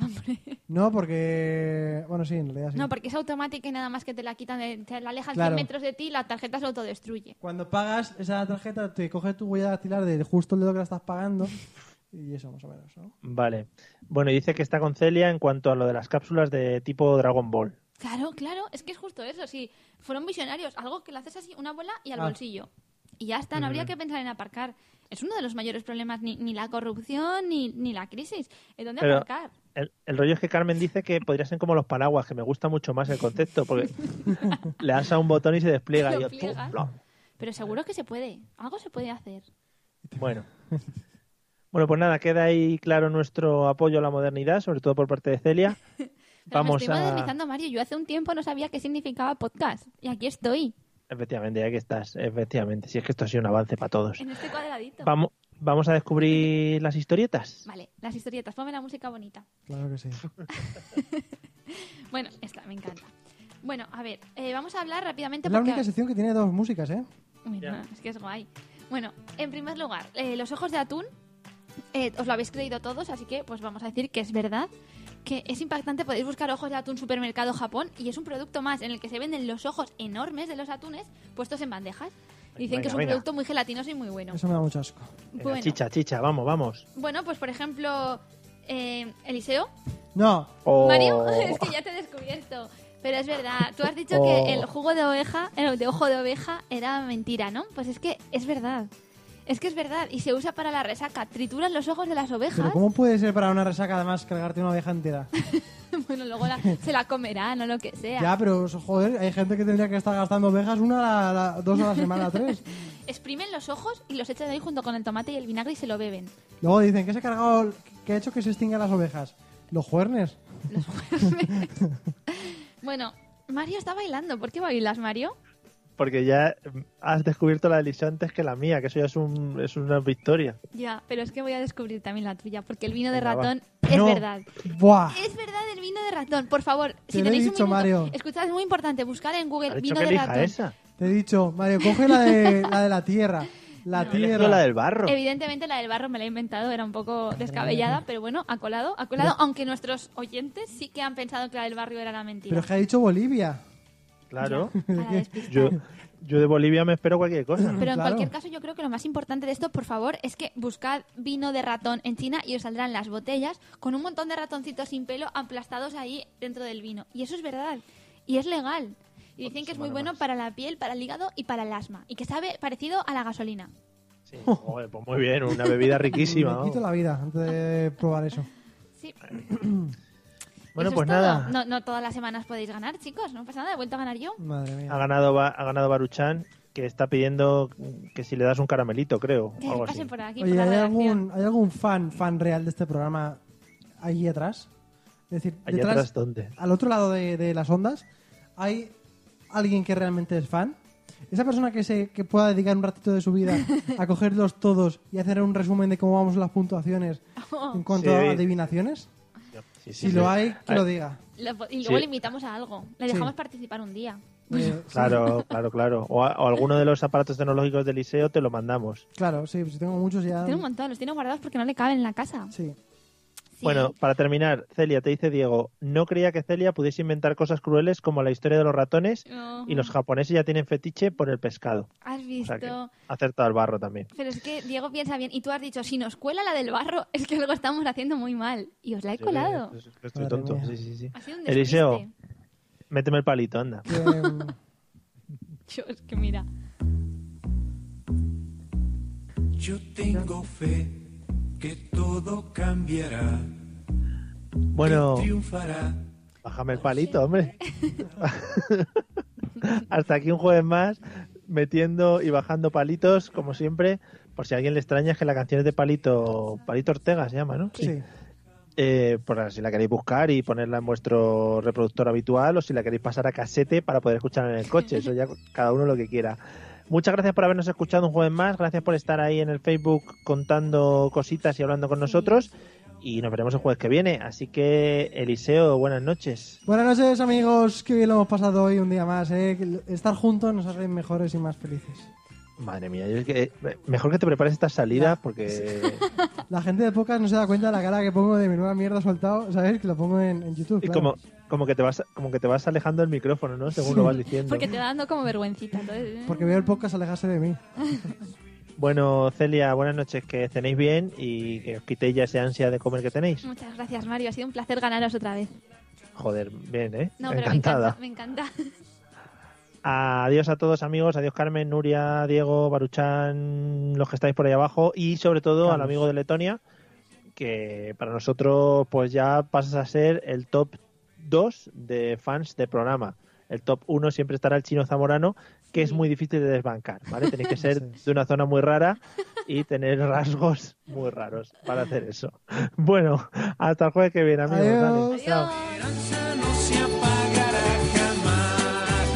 No, porque... Bueno, sí, en realidad sí.
No, porque es automática y nada más que te la quitan, de- te la alejan 100
Claro.
metros de ti y la tarjeta se autodestruye.
Cuando pagas esa tarjeta, te coge tu huella dactilar de justo el dedo que la estás pagando. Y eso, más o menos, ¿no?
Vale. Bueno, y dice que está con Celia en cuanto a lo de las cápsulas de tipo Dragon Ball.
Claro, claro, es que es justo eso. Si fueron visionarios, algo que le haces así, una bola y al
Ah.
bolsillo. Y ya está, no habría que pensar en aparcar. Es uno de los mayores problemas, ni, ni la corrupción ni, ni la crisis. ¿En dónde
Pero-
aparcar?
El, el rollo es que Carmen dice que podría ser como los paraguas, que me gusta mucho más el concepto, porque le das a un botón y se despliega.
Lo
y yo,
pliegas.
¡pum! plom.
Pero seguro que se puede, algo se puede hacer.
Bueno. Bueno, pues nada, queda ahí claro nuestro apoyo a la modernidad, sobre todo por parte de Celia.
Pero me
Vamos
estoy
a...
modernizando, Mario. Yo hace un tiempo no sabía qué significaba podcast. Y aquí estoy,
Efectivamente, ya que estás, efectivamente. Si es que esto ha sido un avance para todos.
en este cuadradito.
Vamos, vamos a descubrir las historietas.
Vale, las historietas, ponme la música bonita.
Claro que sí.
Bueno, esta, me encanta. Bueno, a ver, eh, vamos a hablar rápidamente
Es la
porque-
única sección que tiene dos músicas, ¿eh?
Uy,
Ya.
no, es que es guay. Bueno, en primer lugar, eh, los ojos de atún, eh, os lo habéis creído todos, así que pues vamos a decir que es verdad. que es impactante. Podéis buscar ojos de atún supermercado Japón y es un producto más en el que se venden los ojos enormes de los atunes puestos en bandejas. Dicen
Venga,
que es un
venga.
producto muy gelatinoso y muy bueno.
Eso me da mucho asco.
Venga,
Bueno,
Chicha, chicha, vamos, vamos.
bueno, pues por ejemplo, eh, Eliseo,
No,
Oh.
Mario, es que ya te he descubierto. Pero es verdad, tú has dicho
Oh.
que el jugo de oveja, el de ojo de oveja era mentira, ¿no? Pues es que es verdad. Es que es verdad y se usa para la resaca. Trituran los ojos de las
pero
ovejas.
¿cómo puede ser para una resaca además cargarte una oveja entera?
bueno, luego la- se la comerán o lo que sea.
Ya, pero joder, hay gente que tendría que estar gastando ovejas una, a la- la- dos a la semana, tres.
Exprimen los ojos y los echan ahí junto con el tomate y el vinagre y se lo beben.
Luego dicen que se ha cargado, que ha hecho que se extingan las ovejas. Los juernes.
bueno, Mario está bailando. ¿Por qué bailas, Mario?
Porque ya has descubierto la de Eliseo antes que la mía, que eso ya es, un, es una victoria.
Ya, pero es que voy a descubrir también la tuya, porque el vino de
Venga, va.
ratón es
No.
verdad.
Buah.
Es verdad el vino de ratón. Por favor, si
Te lo he
tenéis un
dicho,
minuto,
Mario.
escuchad, es muy importante buscar en
Ha
Google
dicho
vino
que
de
elija
ratón.
esa.
Te he dicho, Mario, coge la de la, de la tierra. La
Yo he elegido
tierra.
la del barro.
Evidentemente la del barro me la he inventado, era un poco descabellada, pero bueno, ha colado, ha colado, aunque nuestros oyentes sí que han pensado que la del barrio era la
Pero
mentira.
es que ha dicho Bolivia.
Claro.
Para despistar.
Yo, yo de Bolivia me espero cualquier cosa.
Pero en
Claro.
cualquier caso, yo creo que lo más importante de esto, por favor, es que buscad vino de ratón en China y os saldrán las botellas con un montón de ratoncitos sin pelo aplastados ahí dentro del vino. Y eso es verdad. Y es legal. Y dicen que es muy bueno para la piel, para el hígado y para el asma. Y que sabe parecido a la gasolina.
Sí, joder, pues muy bien, una bebida riquísima.
Me quito
vamos.
la vida antes de probar eso.
Sí.
Bueno,
Eso es
pues
todo.
nada.
No, no todas las semanas podéis ganar, chicos. No pasa nada. He vuelto a ganar yo.
Madre
Ha
mía.
ganado, Ba- ha ganado Baruchan, que está pidiendo que si le das un caramelito, creo.
Que
o algo
pasen
así.
por aquí. por
Oye,
la
¿hay
redacción.
algún, ¿hay algún fan, fan real de este programa allí atrás? Es decir,
Allí
detrás,
atrás, ¿dónde?
al otro lado de, de las ondas, ¿hay alguien que realmente es fan? Esa persona que se que pueda dedicar un ratito de su vida a cogerlos todos y hacer un resumen de cómo vamos las puntuaciones
Oh.
en cuanto
Sí.
a adivinaciones.
Sí, sí,
Si
sí. Ah.
lo hay, que
Ay,
lo diga.
Lo- y luego
Sí.
le invitamos a algo. Le
Sí.
dejamos participar un día.
Eh, sí,
Claro, claro, claro. O, a- o alguno de los aparatos tecnológicos del liceo te lo mandamos.
claro, sí, pues tengo muchos
Ah.
ya.
Tiene un montón. Los tiene guardados porque no le caben en la casa.
Sí.
Sí.
Bueno, para terminar, Celia, te dice Diego, no creía que Celia pudiese inventar cosas crueles como la historia de los ratones
Ujú.
y los japoneses ya tienen fetiche por el pescado.
Has
O sea que
visto.
ha acertado el barro también.
Pero es que Diego piensa bien. Y tú has dicho, si nos cuela la del barro, es que algo estamos haciendo muy mal. Y os la he colado.
Sí, sí, sí, estoy
Madre
tonto.
mía.
Sí, sí, sí.
Ha sido un despiste.
Eliseo, méteme el palito, anda.
que, mm,
Yo, es que mira.
Yo tengo fe que todo cambiará,
Bueno,
triunfará.
bájame el palito, hombre. Hasta aquí un jueves más, metiendo y bajando palitos, como siempre. Por si a alguien le extraña, es que la canción es de Palito, Palito Ortega se llama, ¿no?
sí.
Eh, por si la queréis buscar y ponerla en vuestro reproductor habitual o si la queréis pasar a casete para poder escucharla en el coche. Eso ya cada uno lo que quiera. Muchas gracias por habernos escuchado un jueves más. Gracias por estar ahí en el Facebook contando cositas y hablando con nosotros. Y nos veremos el jueves que viene. Así que, Eliseo, buenas noches.
Buenas noches, amigos. Que bien lo hemos pasado hoy un día más. ¿eh? Que Estar juntos nos hace mejores y más felices.
Madre mía, yo es que- eh, mejor que te prepares esta salida porque
La gente de pocas no se da cuenta de la cara que pongo de mi nueva mierda soltado, ¿sabes? Que lo pongo en, en YouTube.
y
claro.
como, como, que te vas, como que te vas alejando del micrófono, ¿no? Según lo vas diciendo.
Porque te va dando como vergüencita. Entonces, eh.
Porque veo el podcast alejarse de mí.
Bueno, Celia, buenas noches, que cenéis bien y que os quitéis ya esa ansia de comer que tenéis.
Muchas gracias, Mario. Ha sido un placer ganaros otra vez.
Joder, bien, ¿eh?
No, pero
Encantada.
me encanta. Me encanta.
Adiós a todos, amigos. Adiós, Carmen, Nuria, Diego, Baruchán, los que estáis por ahí abajo. Y sobre todo al
Carlos.
amigo de Letonia, que para nosotros, pues ya pasas a ser el top 2 de fans de programa. El top 1 siempre estará el chino zamorano, que es muy difícil de desbancar, ¿vale? Tenéis que ser de una zona muy rara y tener rasgos muy raros para hacer eso. Bueno, hasta el jueves que viene, amigos.
Adiós.
Dale.
Chao.
Adiós.
Esperanza no se apagará jamás.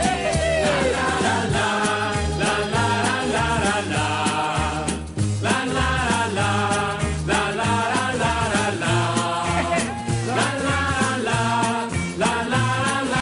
La, la, la, la, la, la, la, la, la, la, la, la, la, la, la, la, la, la, la, la, la.